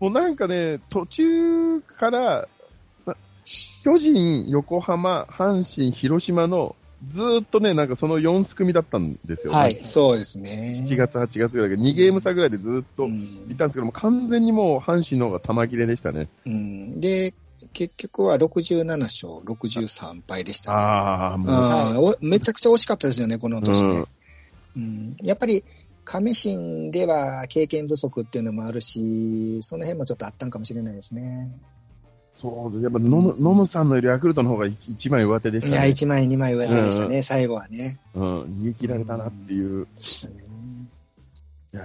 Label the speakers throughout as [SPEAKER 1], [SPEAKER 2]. [SPEAKER 1] もうなんかね、途中から、な巨人、横浜、阪神、広島の、ずーっとね、なんかその4組だったんですよ、ね。
[SPEAKER 2] はい、そうですね。
[SPEAKER 1] 7月、8月ぐらいが2ゲーム差ぐらいでずーっと
[SPEAKER 2] う
[SPEAKER 1] い
[SPEAKER 2] ん
[SPEAKER 1] ったんですけども、完全にもう阪神の方が玉切れでしたね。
[SPEAKER 2] うん、で、結局は67勝63敗でしたね。
[SPEAKER 1] ああ、もう。
[SPEAKER 2] あーおめちゃくちゃ惜しかったですよね、この年ね。うんやっぱり、亀新では経験不足っていうのもあるし、その辺もちょっとあったんかもしれないですね。
[SPEAKER 1] そうです。やっぱ、ノム、ノムさんのよりヤクルトの方が一一枚上手でし
[SPEAKER 2] い
[SPEAKER 1] た
[SPEAKER 2] や、
[SPEAKER 1] ね。
[SPEAKER 2] 1枚、2枚上手でしたね、最後はね。
[SPEAKER 1] うん、逃げ切られたなっていう。
[SPEAKER 2] でしたね。
[SPEAKER 1] いや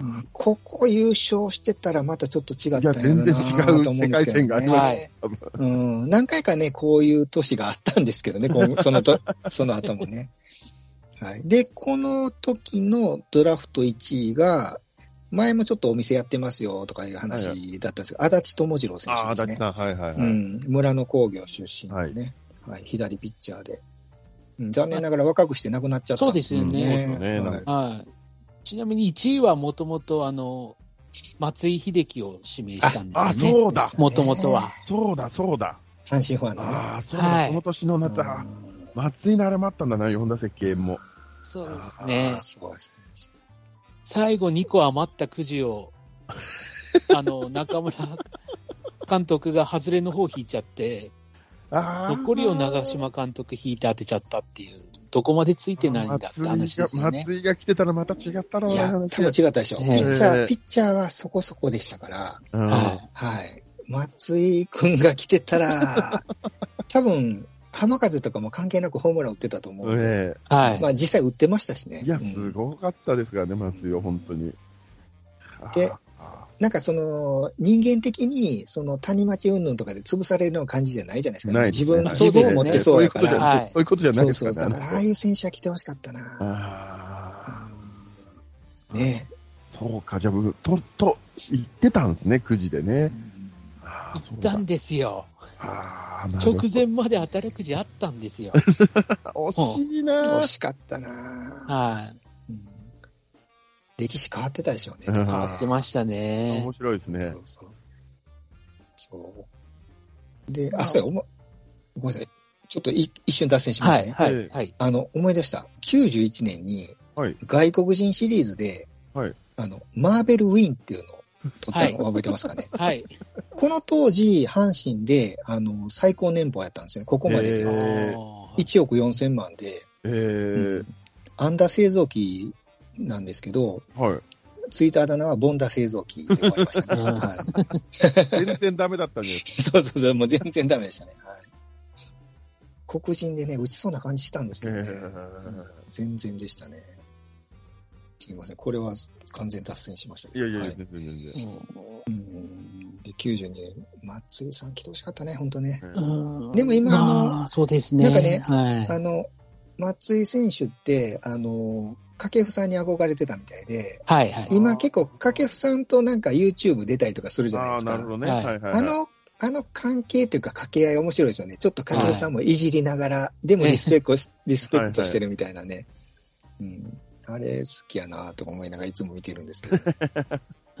[SPEAKER 1] ー
[SPEAKER 2] うんここ優勝してたらまたちょっと違った
[SPEAKER 1] いや、
[SPEAKER 2] んろ
[SPEAKER 1] 全
[SPEAKER 2] な
[SPEAKER 1] 然違う
[SPEAKER 2] と思う
[SPEAKER 1] 世
[SPEAKER 2] んです
[SPEAKER 1] 界
[SPEAKER 2] けどね
[SPEAKER 1] 線がありま
[SPEAKER 2] は
[SPEAKER 1] し
[SPEAKER 2] い
[SPEAKER 1] た。多分
[SPEAKER 2] うん、何回かね、こういう年があったんですけど ね、こうそのとその後もね、はい。で、この時のドラフト1位が、前もちょっとお店やってますよとかいう話だったんですけど、足立智次郎選
[SPEAKER 1] あ あ、
[SPEAKER 2] 手
[SPEAKER 1] 足
[SPEAKER 2] で
[SPEAKER 1] 立
[SPEAKER 2] すね。
[SPEAKER 1] さん、はいはいは
[SPEAKER 2] う
[SPEAKER 1] い。
[SPEAKER 2] ん、村の工業出身でね、はい左ピッチャーで、うん残念ながら若くして亡くなっちゃったん
[SPEAKER 1] うん
[SPEAKER 2] よ
[SPEAKER 1] そうです
[SPEAKER 2] ね
[SPEAKER 1] よね
[SPEAKER 2] はい
[SPEAKER 3] はい。ちなみに1位はもともと、あの、松井秀喜を指名したんですよね。
[SPEAKER 1] あ、そうだ、
[SPEAKER 3] もともとは。
[SPEAKER 1] そうだ、そうだ。
[SPEAKER 2] 阪神ファンのね。
[SPEAKER 1] ああ、そうだ、
[SPEAKER 3] はい
[SPEAKER 1] その年の夏、あ
[SPEAKER 2] うん
[SPEAKER 1] 松井のあれもあったんだな、4打席ゲームも。
[SPEAKER 3] そうですね。
[SPEAKER 2] すごいですね。
[SPEAKER 3] 最後2個余ったくじを、あの、 中村監督が外れの方引いちゃって、
[SPEAKER 1] ああ。
[SPEAKER 3] 残りを長嶋監督引いて当てちゃったっていう、どこまでついてないんだって話で
[SPEAKER 1] 松
[SPEAKER 3] す
[SPEAKER 1] 井
[SPEAKER 3] よ
[SPEAKER 1] が、
[SPEAKER 3] ね。
[SPEAKER 1] 松井が来てたらまた違ったろう
[SPEAKER 2] い
[SPEAKER 1] な、
[SPEAKER 2] や、多分
[SPEAKER 1] 話
[SPEAKER 2] 違ったでしょ。ピ
[SPEAKER 3] ええ
[SPEAKER 2] ッチャー、ピッチャーはそこそこでしたから、
[SPEAKER 1] うん
[SPEAKER 3] はい
[SPEAKER 2] はい。松井くんが来て たら、多分、浜風とかも関係なくホームラン打ってたと思う。
[SPEAKER 1] え
[SPEAKER 2] ま
[SPEAKER 3] は
[SPEAKER 2] あ実際打ってましたしね。
[SPEAKER 1] えいや、
[SPEAKER 2] うん
[SPEAKER 1] すごかったですからね、松井は、本当に。
[SPEAKER 2] で
[SPEAKER 1] あ
[SPEAKER 2] なんかその、人間的に、その谷町云々とかで潰されるような感じじゃないじゃないです
[SPEAKER 1] ー
[SPEAKER 2] か。
[SPEAKER 1] ないです
[SPEAKER 2] 自
[SPEAKER 1] ね、
[SPEAKER 2] 分、
[SPEAKER 3] そう
[SPEAKER 2] 自
[SPEAKER 3] ですね
[SPEAKER 2] 分を持ってそう
[SPEAKER 1] そうい
[SPEAKER 2] や
[SPEAKER 1] うこ
[SPEAKER 2] か
[SPEAKER 1] とじゃ
[SPEAKER 2] ら。
[SPEAKER 1] な
[SPEAKER 3] はい
[SPEAKER 1] い、そういうことじゃな
[SPEAKER 2] そ
[SPEAKER 1] いうです
[SPEAKER 2] そ
[SPEAKER 1] か
[SPEAKER 2] う。だ
[SPEAKER 1] ら
[SPEAKER 2] から、ああ
[SPEAKER 1] ね。
[SPEAKER 2] いう選手は来てほしかったな。
[SPEAKER 1] ああ。
[SPEAKER 2] ね
[SPEAKER 1] そうか、じゃあ僕、と、と、言ってたんですね、9時でね。あ
[SPEAKER 3] い。
[SPEAKER 1] あ
[SPEAKER 3] 行
[SPEAKER 1] そ
[SPEAKER 3] っ
[SPEAKER 1] う
[SPEAKER 3] た
[SPEAKER 1] だ
[SPEAKER 3] んですよ。
[SPEAKER 1] ああなるほど
[SPEAKER 3] 直前まで当たるくじあったんですよ。
[SPEAKER 1] 惜しい
[SPEAKER 2] 惜
[SPEAKER 1] な
[SPEAKER 2] しかったな。
[SPEAKER 3] はい。
[SPEAKER 2] うん歴史変わってたでしょうね。
[SPEAKER 1] うん
[SPEAKER 3] 変わってましたね
[SPEAKER 1] 面。白いですね。
[SPEAKER 2] そうそう。そう。で、あ、そうや、おも、ごめんなさい。ちょっとい一瞬脱線しまし
[SPEAKER 3] は
[SPEAKER 2] た
[SPEAKER 3] い、
[SPEAKER 2] ね。
[SPEAKER 3] はい、はい。
[SPEAKER 2] あの、思い出した。91年に
[SPEAKER 1] はい、
[SPEAKER 2] 外国人シリーズで、
[SPEAKER 1] はい
[SPEAKER 2] あの、マーベルウィンっていうのを取った
[SPEAKER 3] はい
[SPEAKER 2] のを覚えてますかね。
[SPEAKER 3] はい。
[SPEAKER 2] この当時、阪神で、あの、最高年俸やったんですね。ここまで
[SPEAKER 1] へ
[SPEAKER 2] で。
[SPEAKER 1] えー
[SPEAKER 3] あー
[SPEAKER 2] 1億4千万で、
[SPEAKER 1] え
[SPEAKER 2] う
[SPEAKER 1] ー
[SPEAKER 2] ん、アンダ製造機なんですけど、
[SPEAKER 1] はい。
[SPEAKER 2] ツイッターあだ名はボンダ製造機で終わりましたね。
[SPEAKER 3] うん
[SPEAKER 2] はい
[SPEAKER 1] 全然ダメだったんじゃないです
[SPEAKER 2] そうそうそう、もう全然ダメでしたね。はい。黒人でね、打ちそうな感じしたんですけ
[SPEAKER 1] か
[SPEAKER 2] どね。
[SPEAKER 1] え
[SPEAKER 2] 全然でしたね。すみません、これは完全脱線しましたけ
[SPEAKER 1] ーいや
[SPEAKER 2] ど。
[SPEAKER 1] いやい
[SPEAKER 2] は
[SPEAKER 1] や、
[SPEAKER 2] い
[SPEAKER 1] 全然全然。
[SPEAKER 3] う
[SPEAKER 2] うんで、92年、松井さん来てほしかったね、本当ね。
[SPEAKER 1] えー
[SPEAKER 3] ん
[SPEAKER 2] でも今あの
[SPEAKER 3] まそうですね。
[SPEAKER 2] なんかね
[SPEAKER 3] は
[SPEAKER 2] あの、松井選手って、あの、掛布さんに憧れてたみたい
[SPEAKER 3] い。
[SPEAKER 2] で、
[SPEAKER 3] はい、はい。
[SPEAKER 2] 今結構掛布さんとなんか YouTube 出たりとかするじゃな
[SPEAKER 1] あ
[SPEAKER 2] いで
[SPEAKER 1] あ、
[SPEAKER 2] すか。
[SPEAKER 1] なるほどね。
[SPEAKER 3] は
[SPEAKER 1] はいいはいはい。
[SPEAKER 2] あの、あの関係というか掛け合い面白いですよね。ちょっと掛布さんもいじりながら、でもリスペク トし、リスペクトしてるみたいなね。うん。あれ好きやなとか思いながらいつも見てるんで すけど。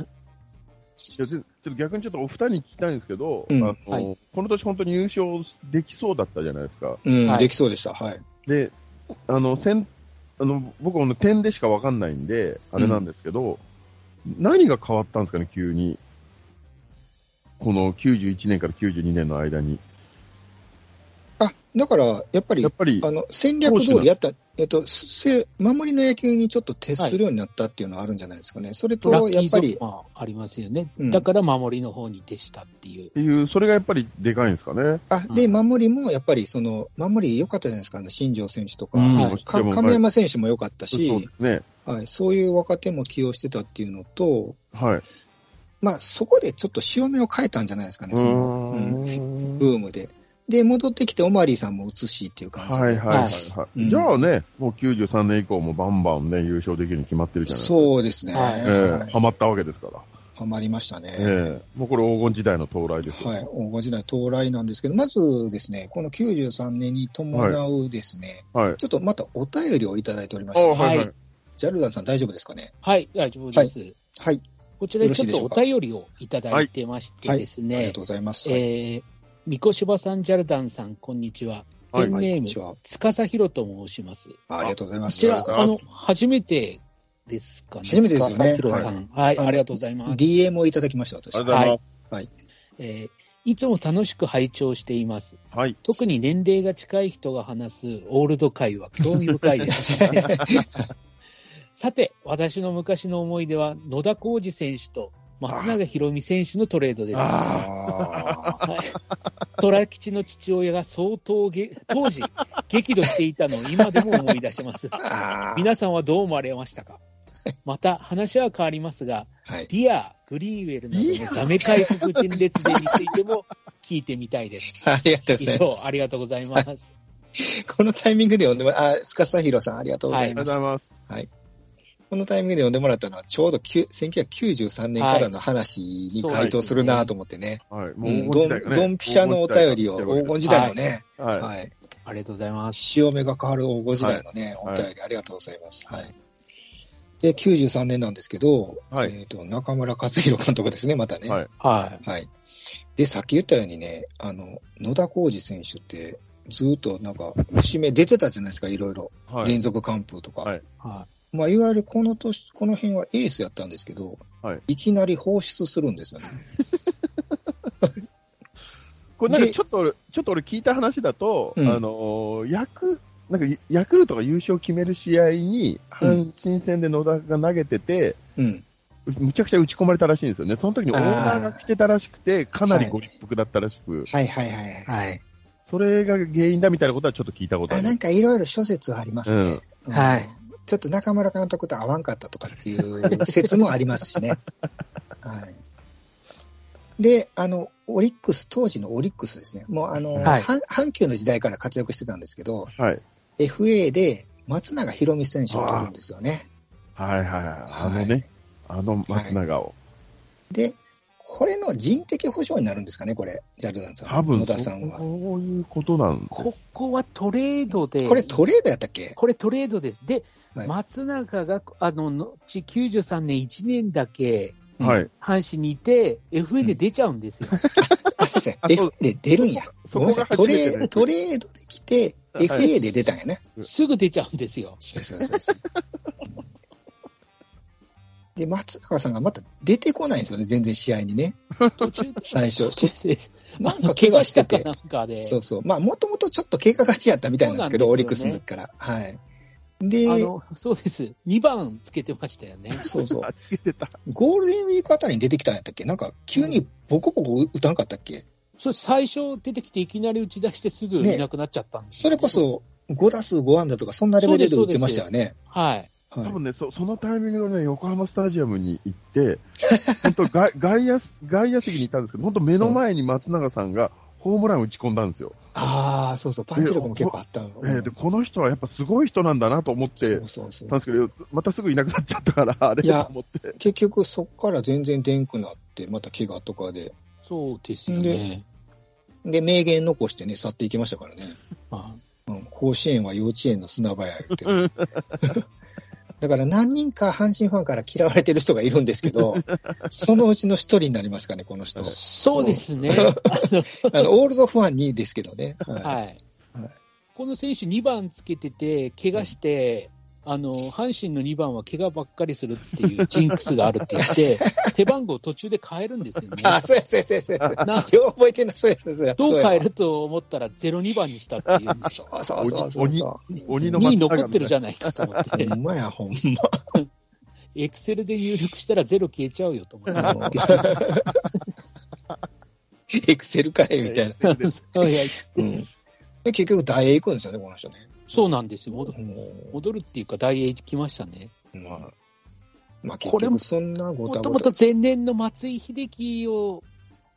[SPEAKER 1] いやぜちょっと逆にちょっとお二人に聞きたいんですけど、
[SPEAKER 2] うん
[SPEAKER 1] あの
[SPEAKER 3] は
[SPEAKER 1] この年本当に優勝できそうだったじゃないですか。
[SPEAKER 2] うん、
[SPEAKER 3] はい
[SPEAKER 2] できそうでした。はい。
[SPEAKER 1] で、あの、先あの僕も点でしかわかんないんで、あれなんですけど、何が変わったんですかね、急に。この91年から92年の間に。
[SPEAKER 2] あ、だから、やっぱり
[SPEAKER 1] やっ、ぱり、
[SPEAKER 2] あの、戦略通りやった、えっと、せ守りの野球にちょっと徹するようになったっていうのはあるんじゃないですかね。それ
[SPEAKER 3] ラ
[SPEAKER 2] と、
[SPEAKER 3] ッキ
[SPEAKER 2] やっ
[SPEAKER 3] ー
[SPEAKER 2] ぱ
[SPEAKER 3] ゾ
[SPEAKER 2] り
[SPEAKER 3] ーン、はありますよね。
[SPEAKER 2] うん
[SPEAKER 3] だから守りの方にでしたっていう
[SPEAKER 1] っ。ていう、それがやっぱりでかいんですかね。
[SPEAKER 2] あ、で、
[SPEAKER 3] うん
[SPEAKER 2] 守りも、やっぱり、その、守り良かったじゃないですか、あの、新庄選手とか、
[SPEAKER 1] うん
[SPEAKER 3] はい
[SPEAKER 2] か
[SPEAKER 1] でも
[SPEAKER 2] 亀山選手も良かったし、
[SPEAKER 1] そうですね。
[SPEAKER 2] はい、そういう若手も起用してたっていうのと、
[SPEAKER 1] はい。
[SPEAKER 2] まあそこでちょっと潮目を変えたんじゃないですかね、その、
[SPEAKER 1] う
[SPEAKER 2] うん
[SPEAKER 1] ーん
[SPEAKER 2] ブームで。で、戻ってきてオマリーさんも移しっていう感じで。
[SPEAKER 1] はいはいはい、
[SPEAKER 3] は
[SPEAKER 1] はいい
[SPEAKER 2] うん
[SPEAKER 1] じゃあね、もう93年以降もバンバンね、優勝できるに決まってるじゃないですか。
[SPEAKER 2] そうですね。
[SPEAKER 3] はい
[SPEAKER 1] え
[SPEAKER 2] は
[SPEAKER 1] え
[SPEAKER 2] い
[SPEAKER 1] ハマったわけですから。
[SPEAKER 2] はまりましたね。
[SPEAKER 1] ええもうこれ黄金時代の到来ですよ。
[SPEAKER 2] はい、黄金時代到来なんですけど、まずですね、この93年に伴うですね、
[SPEAKER 1] はい。
[SPEAKER 2] ちょっとまたお便りをいただいておりま
[SPEAKER 1] あ
[SPEAKER 2] して、
[SPEAKER 1] はいは。
[SPEAKER 3] はい
[SPEAKER 2] ジャルダンさん大丈夫ですかね
[SPEAKER 3] はい、大丈夫です。
[SPEAKER 2] はい。
[SPEAKER 3] こちらでちょっとお便りをいただいてましてです
[SPEAKER 2] ありが
[SPEAKER 3] ね
[SPEAKER 2] と、うございます。はい
[SPEAKER 3] えー、みこしばさん、ジャルダンさん、こんにちは。
[SPEAKER 1] はい
[SPEAKER 3] ペンネ
[SPEAKER 2] はいこ
[SPEAKER 3] ー
[SPEAKER 2] ん
[SPEAKER 3] ム
[SPEAKER 2] にち、は
[SPEAKER 3] つかさひろと申します。こ
[SPEAKER 2] あありがとうございま
[SPEAKER 3] ち
[SPEAKER 2] す。
[SPEAKER 3] ら、
[SPEAKER 1] そうですか
[SPEAKER 3] あの、初めてですかね。
[SPEAKER 2] 初めてですよね
[SPEAKER 3] 司ひろさん。はい、ありがとうございます。
[SPEAKER 2] DM をいただきました、私。
[SPEAKER 1] ありがとうございます。
[SPEAKER 3] えーいつも楽しく拝聴しています。
[SPEAKER 1] はい。
[SPEAKER 3] 特に年齢が近い人が話すオールド会は興味深いですね。さて、私の昔の思い出は野田浩二選手と松永博美選手のトレードです。
[SPEAKER 1] あ
[SPEAKER 2] あ
[SPEAKER 3] はい虎吉の父親が相当げ当時、激怒していたのを今でも思い出します。
[SPEAKER 2] ーあー。
[SPEAKER 3] 皆さんはどう思われましたかまた、話は変わりますが、
[SPEAKER 2] はい。
[SPEAKER 3] ディア、グリーウェルなどのダメ回復陳列でについても聞いてみたいです。
[SPEAKER 2] ありがとうご
[SPEAKER 3] 以
[SPEAKER 2] ざい
[SPEAKER 3] 上
[SPEAKER 2] ま、す。
[SPEAKER 3] ありがとうございます。
[SPEAKER 2] このタイミングで呼んでもらあ、つかさひろさん、ありがとうござい
[SPEAKER 1] りが
[SPEAKER 2] ま
[SPEAKER 1] とうご
[SPEAKER 2] す。
[SPEAKER 1] ざいます。
[SPEAKER 2] このタイミングで呼んでもらったのは、ちょうどきゅ1993年からの話に回答するなと思ってね。
[SPEAKER 1] はい。
[SPEAKER 2] う
[SPEAKER 1] も
[SPEAKER 2] ん
[SPEAKER 1] う黄金時
[SPEAKER 2] ドン
[SPEAKER 1] 代がね。
[SPEAKER 2] ドンピシャのお便りを、黄
[SPEAKER 1] 黄
[SPEAKER 2] 金
[SPEAKER 1] 金
[SPEAKER 2] 時
[SPEAKER 1] 時
[SPEAKER 2] 代のね、
[SPEAKER 1] 代が来てるわけです。はい。
[SPEAKER 2] はい。
[SPEAKER 3] ありがとうございます。
[SPEAKER 2] 潮目が変わる黄金時代のね、
[SPEAKER 1] はい
[SPEAKER 2] お便りありがとうございます。はい。で、93年なんですけど、
[SPEAKER 1] はい
[SPEAKER 2] えっ、と、中村克弘監督ですね、またね。
[SPEAKER 1] は
[SPEAKER 2] はいい。
[SPEAKER 3] は
[SPEAKER 2] で、さっき言ったようにね、あの、野田浩二選手って、ずーっとなんか、節目出てたじゃないですか、いろいろ。
[SPEAKER 1] はい
[SPEAKER 2] 連。続完封とか。
[SPEAKER 1] はい
[SPEAKER 2] い、
[SPEAKER 3] い。は
[SPEAKER 2] まあ、いわゆるこの年、この辺はエースやったんですけど、
[SPEAKER 1] はい
[SPEAKER 2] いきなり放出するんですよね。
[SPEAKER 1] これなんか
[SPEAKER 2] で
[SPEAKER 1] ちょっと俺、ちょっと俺聞いた話だと、
[SPEAKER 2] うん
[SPEAKER 1] あのー、ヤク、なんかヤクルトが優勝を決める試合に、阪神戦で野田が投げてて、
[SPEAKER 2] うん。
[SPEAKER 1] むちゃくちゃ打ち込まれたらしいんですよね。その時にオーナーが来てたらしくて、かなりご立腹だったらしく、
[SPEAKER 2] はいはいはいはい
[SPEAKER 3] い。。はい。
[SPEAKER 1] それが原因だみたいなことはちょっと聞いたことあ
[SPEAKER 2] あ
[SPEAKER 1] る。
[SPEAKER 2] なんかいろいろ諸説ありますね。うん
[SPEAKER 3] はい。
[SPEAKER 2] ちょっと中村監督と合わんかったとかっていう説もありますし ね。はい。で、あの、オリックス、当時のオリックスですね。もうあの、
[SPEAKER 3] はい
[SPEAKER 2] 阪阪急の時代から活躍してたんですけど、
[SPEAKER 1] はい。
[SPEAKER 2] FA で松永博美選手を取るんですよね。
[SPEAKER 1] はいはいはい。あのね、あの松永を。
[SPEAKER 2] で、これの人的保障になるんですかね、これ、ジャルダンさん。
[SPEAKER 1] 多分、
[SPEAKER 2] 野田さんは。
[SPEAKER 1] そういうことなんで
[SPEAKER 3] こ
[SPEAKER 1] す。
[SPEAKER 3] こはトレードで、
[SPEAKER 2] これトレードやったっけ
[SPEAKER 3] これトレードです。で、
[SPEAKER 2] はい
[SPEAKER 3] 松永が、あの、のち93年1年だけ、
[SPEAKER 1] はい。
[SPEAKER 3] 阪神にいて、FA で出ちゃうんですよ。
[SPEAKER 2] あ、すいま
[SPEAKER 1] あ
[SPEAKER 2] せん。
[SPEAKER 1] そう
[SPEAKER 2] F で出るんや。
[SPEAKER 1] そ
[SPEAKER 2] ご
[SPEAKER 1] こ
[SPEAKER 2] めんなさ
[SPEAKER 1] が
[SPEAKER 2] い。ト
[SPEAKER 1] 初
[SPEAKER 2] レ
[SPEAKER 1] めて
[SPEAKER 2] ー
[SPEAKER 1] ね
[SPEAKER 2] トレードで来て、
[SPEAKER 1] はい
[SPEAKER 2] FA で出たんやね。
[SPEAKER 3] すぐ出ちゃうんですよ。
[SPEAKER 2] そうそうそうそう。で、松永さんがまた出てこないんですよね、全然試合にね、
[SPEAKER 3] 途 中
[SPEAKER 2] 最初。
[SPEAKER 3] 途中で。
[SPEAKER 2] なんか怪我してて
[SPEAKER 3] な。んかで。
[SPEAKER 2] そうそう。まあ、もともとちょっと怪我がちやったみたいなんですけど、
[SPEAKER 3] そう
[SPEAKER 2] オ
[SPEAKER 3] な
[SPEAKER 2] リ
[SPEAKER 3] ん
[SPEAKER 2] ッ
[SPEAKER 3] で
[SPEAKER 2] ク
[SPEAKER 3] す
[SPEAKER 2] ス
[SPEAKER 3] よ
[SPEAKER 2] の
[SPEAKER 3] ね
[SPEAKER 2] 時から。はい。で、
[SPEAKER 3] あの、そうです。2番つけてましたよね。
[SPEAKER 2] そうそう。
[SPEAKER 1] あ、つけてた。
[SPEAKER 2] ゴールデンウィークあたりに出てきたんやったっけなんか、急にボコボコ打たんかったっけ
[SPEAKER 3] そう最初出てきていきなり打ち出してすぐいなくなっちゃったんです
[SPEAKER 2] そ
[SPEAKER 3] よ
[SPEAKER 2] れこ、そ、5打数5安打とか、そんなレベルで打ってましたよね。
[SPEAKER 3] はい。
[SPEAKER 2] は
[SPEAKER 1] 多
[SPEAKER 2] い。
[SPEAKER 1] 分ね、そそのタイミングのね、横浜スタジアムに行 って、本当外外野す、外野席にいたんですけど、本当目の前に松永さんがホームラン打ち込んだんですよ。
[SPEAKER 2] ああ、そうそう。パンチ力も結構あったの。
[SPEAKER 1] えーで、この人はやっぱすごい人なんだなと思って
[SPEAKER 2] そうそうそう
[SPEAKER 1] たん。ですけど、またすぐいなくなっちゃったから、 あれ
[SPEAKER 2] いや
[SPEAKER 1] と思って。
[SPEAKER 2] 結局そこから全然出んくなって、また怪我とかで。
[SPEAKER 3] そうですよね。
[SPEAKER 2] で、名言残してね、去っていきましたからね。
[SPEAKER 3] ま
[SPEAKER 2] うん、甲子園は幼稚園の砂場や言って。だから何人か阪神ファンから嫌われてる人がいるんですけど、そのうちの一人になりますかね、この人
[SPEAKER 3] あ、。そうですね。
[SPEAKER 2] あの、オールドファンにですけどね。はい
[SPEAKER 3] はい
[SPEAKER 2] はい。
[SPEAKER 3] この選手2番つけてて、怪我して、あの、阪神の2番は怪我ばっかりするっていうジンクスがあるって言って、背番号途中で変えるんですよね。
[SPEAKER 2] あ、そうや、そうや、そうや、そうや。
[SPEAKER 3] な
[SPEAKER 2] よう覚えてんな、そうや、そうや、そうや。
[SPEAKER 3] どう変え
[SPEAKER 2] る
[SPEAKER 3] ると思ったら02番にしたっていう。
[SPEAKER 2] そうそうそうそうそう。
[SPEAKER 1] 鬼の
[SPEAKER 3] 2
[SPEAKER 1] 松永
[SPEAKER 3] 位
[SPEAKER 1] みたい
[SPEAKER 3] 残ってるじゃないかと思 って
[SPEAKER 2] ほ、んまや、ほんま。
[SPEAKER 3] エクセルで入力したらゼロ消えちゃうよと思ってたんですけど。
[SPEAKER 2] エクセルかい、みたいな。
[SPEAKER 1] な。です
[SPEAKER 3] いや
[SPEAKER 2] うんで結局、大英行くんですよね、この人ね。
[SPEAKER 3] そうなんですよ。戻
[SPEAKER 2] うん
[SPEAKER 3] 戻るっていうか、大英来ましたね。
[SPEAKER 2] まあ、まあ、結
[SPEAKER 3] これも
[SPEAKER 2] 局そんなご
[SPEAKER 3] も
[SPEAKER 2] た
[SPEAKER 3] と
[SPEAKER 2] ご
[SPEAKER 3] もと
[SPEAKER 2] た。
[SPEAKER 3] 前年の松井秀喜を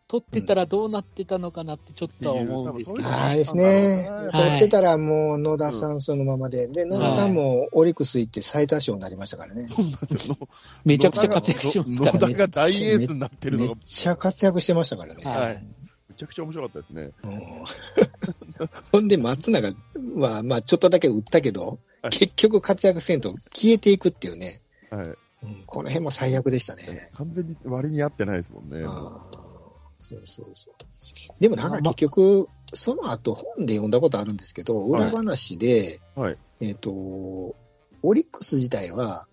[SPEAKER 3] 取ってたらどうなってたのかなってちょっとは思うんですけど、
[SPEAKER 1] と
[SPEAKER 2] あれですね
[SPEAKER 1] はい。
[SPEAKER 2] 取ってたらもう野田さんそのままで。で、野田さんもオリックス行って最多勝になりましたからね。
[SPEAKER 1] そうなんですよ。
[SPEAKER 3] めちゃくちゃ活躍しますか
[SPEAKER 1] 野
[SPEAKER 3] ら
[SPEAKER 1] 田
[SPEAKER 3] ね。
[SPEAKER 1] が大エースになってる
[SPEAKER 2] め
[SPEAKER 1] のが
[SPEAKER 2] っちゃ活躍してましたからね。
[SPEAKER 3] はい
[SPEAKER 1] めちゃくちゃ面白かったですね。
[SPEAKER 2] うんほんで、松永は、まあ、ちょっとだけ打ったけど
[SPEAKER 1] は、い
[SPEAKER 2] 結局活躍せんと消えていくっていうね。
[SPEAKER 1] はい。
[SPEAKER 2] うん、この辺も最悪でしたね。
[SPEAKER 1] 完全に割に合ってないですもんね。
[SPEAKER 2] あーそうそうそう。でもなんか結局、その後本で読んだことあるんですけど、
[SPEAKER 1] はい
[SPEAKER 2] 裏話で、
[SPEAKER 1] はい
[SPEAKER 2] えっ、と、オリックス自体は、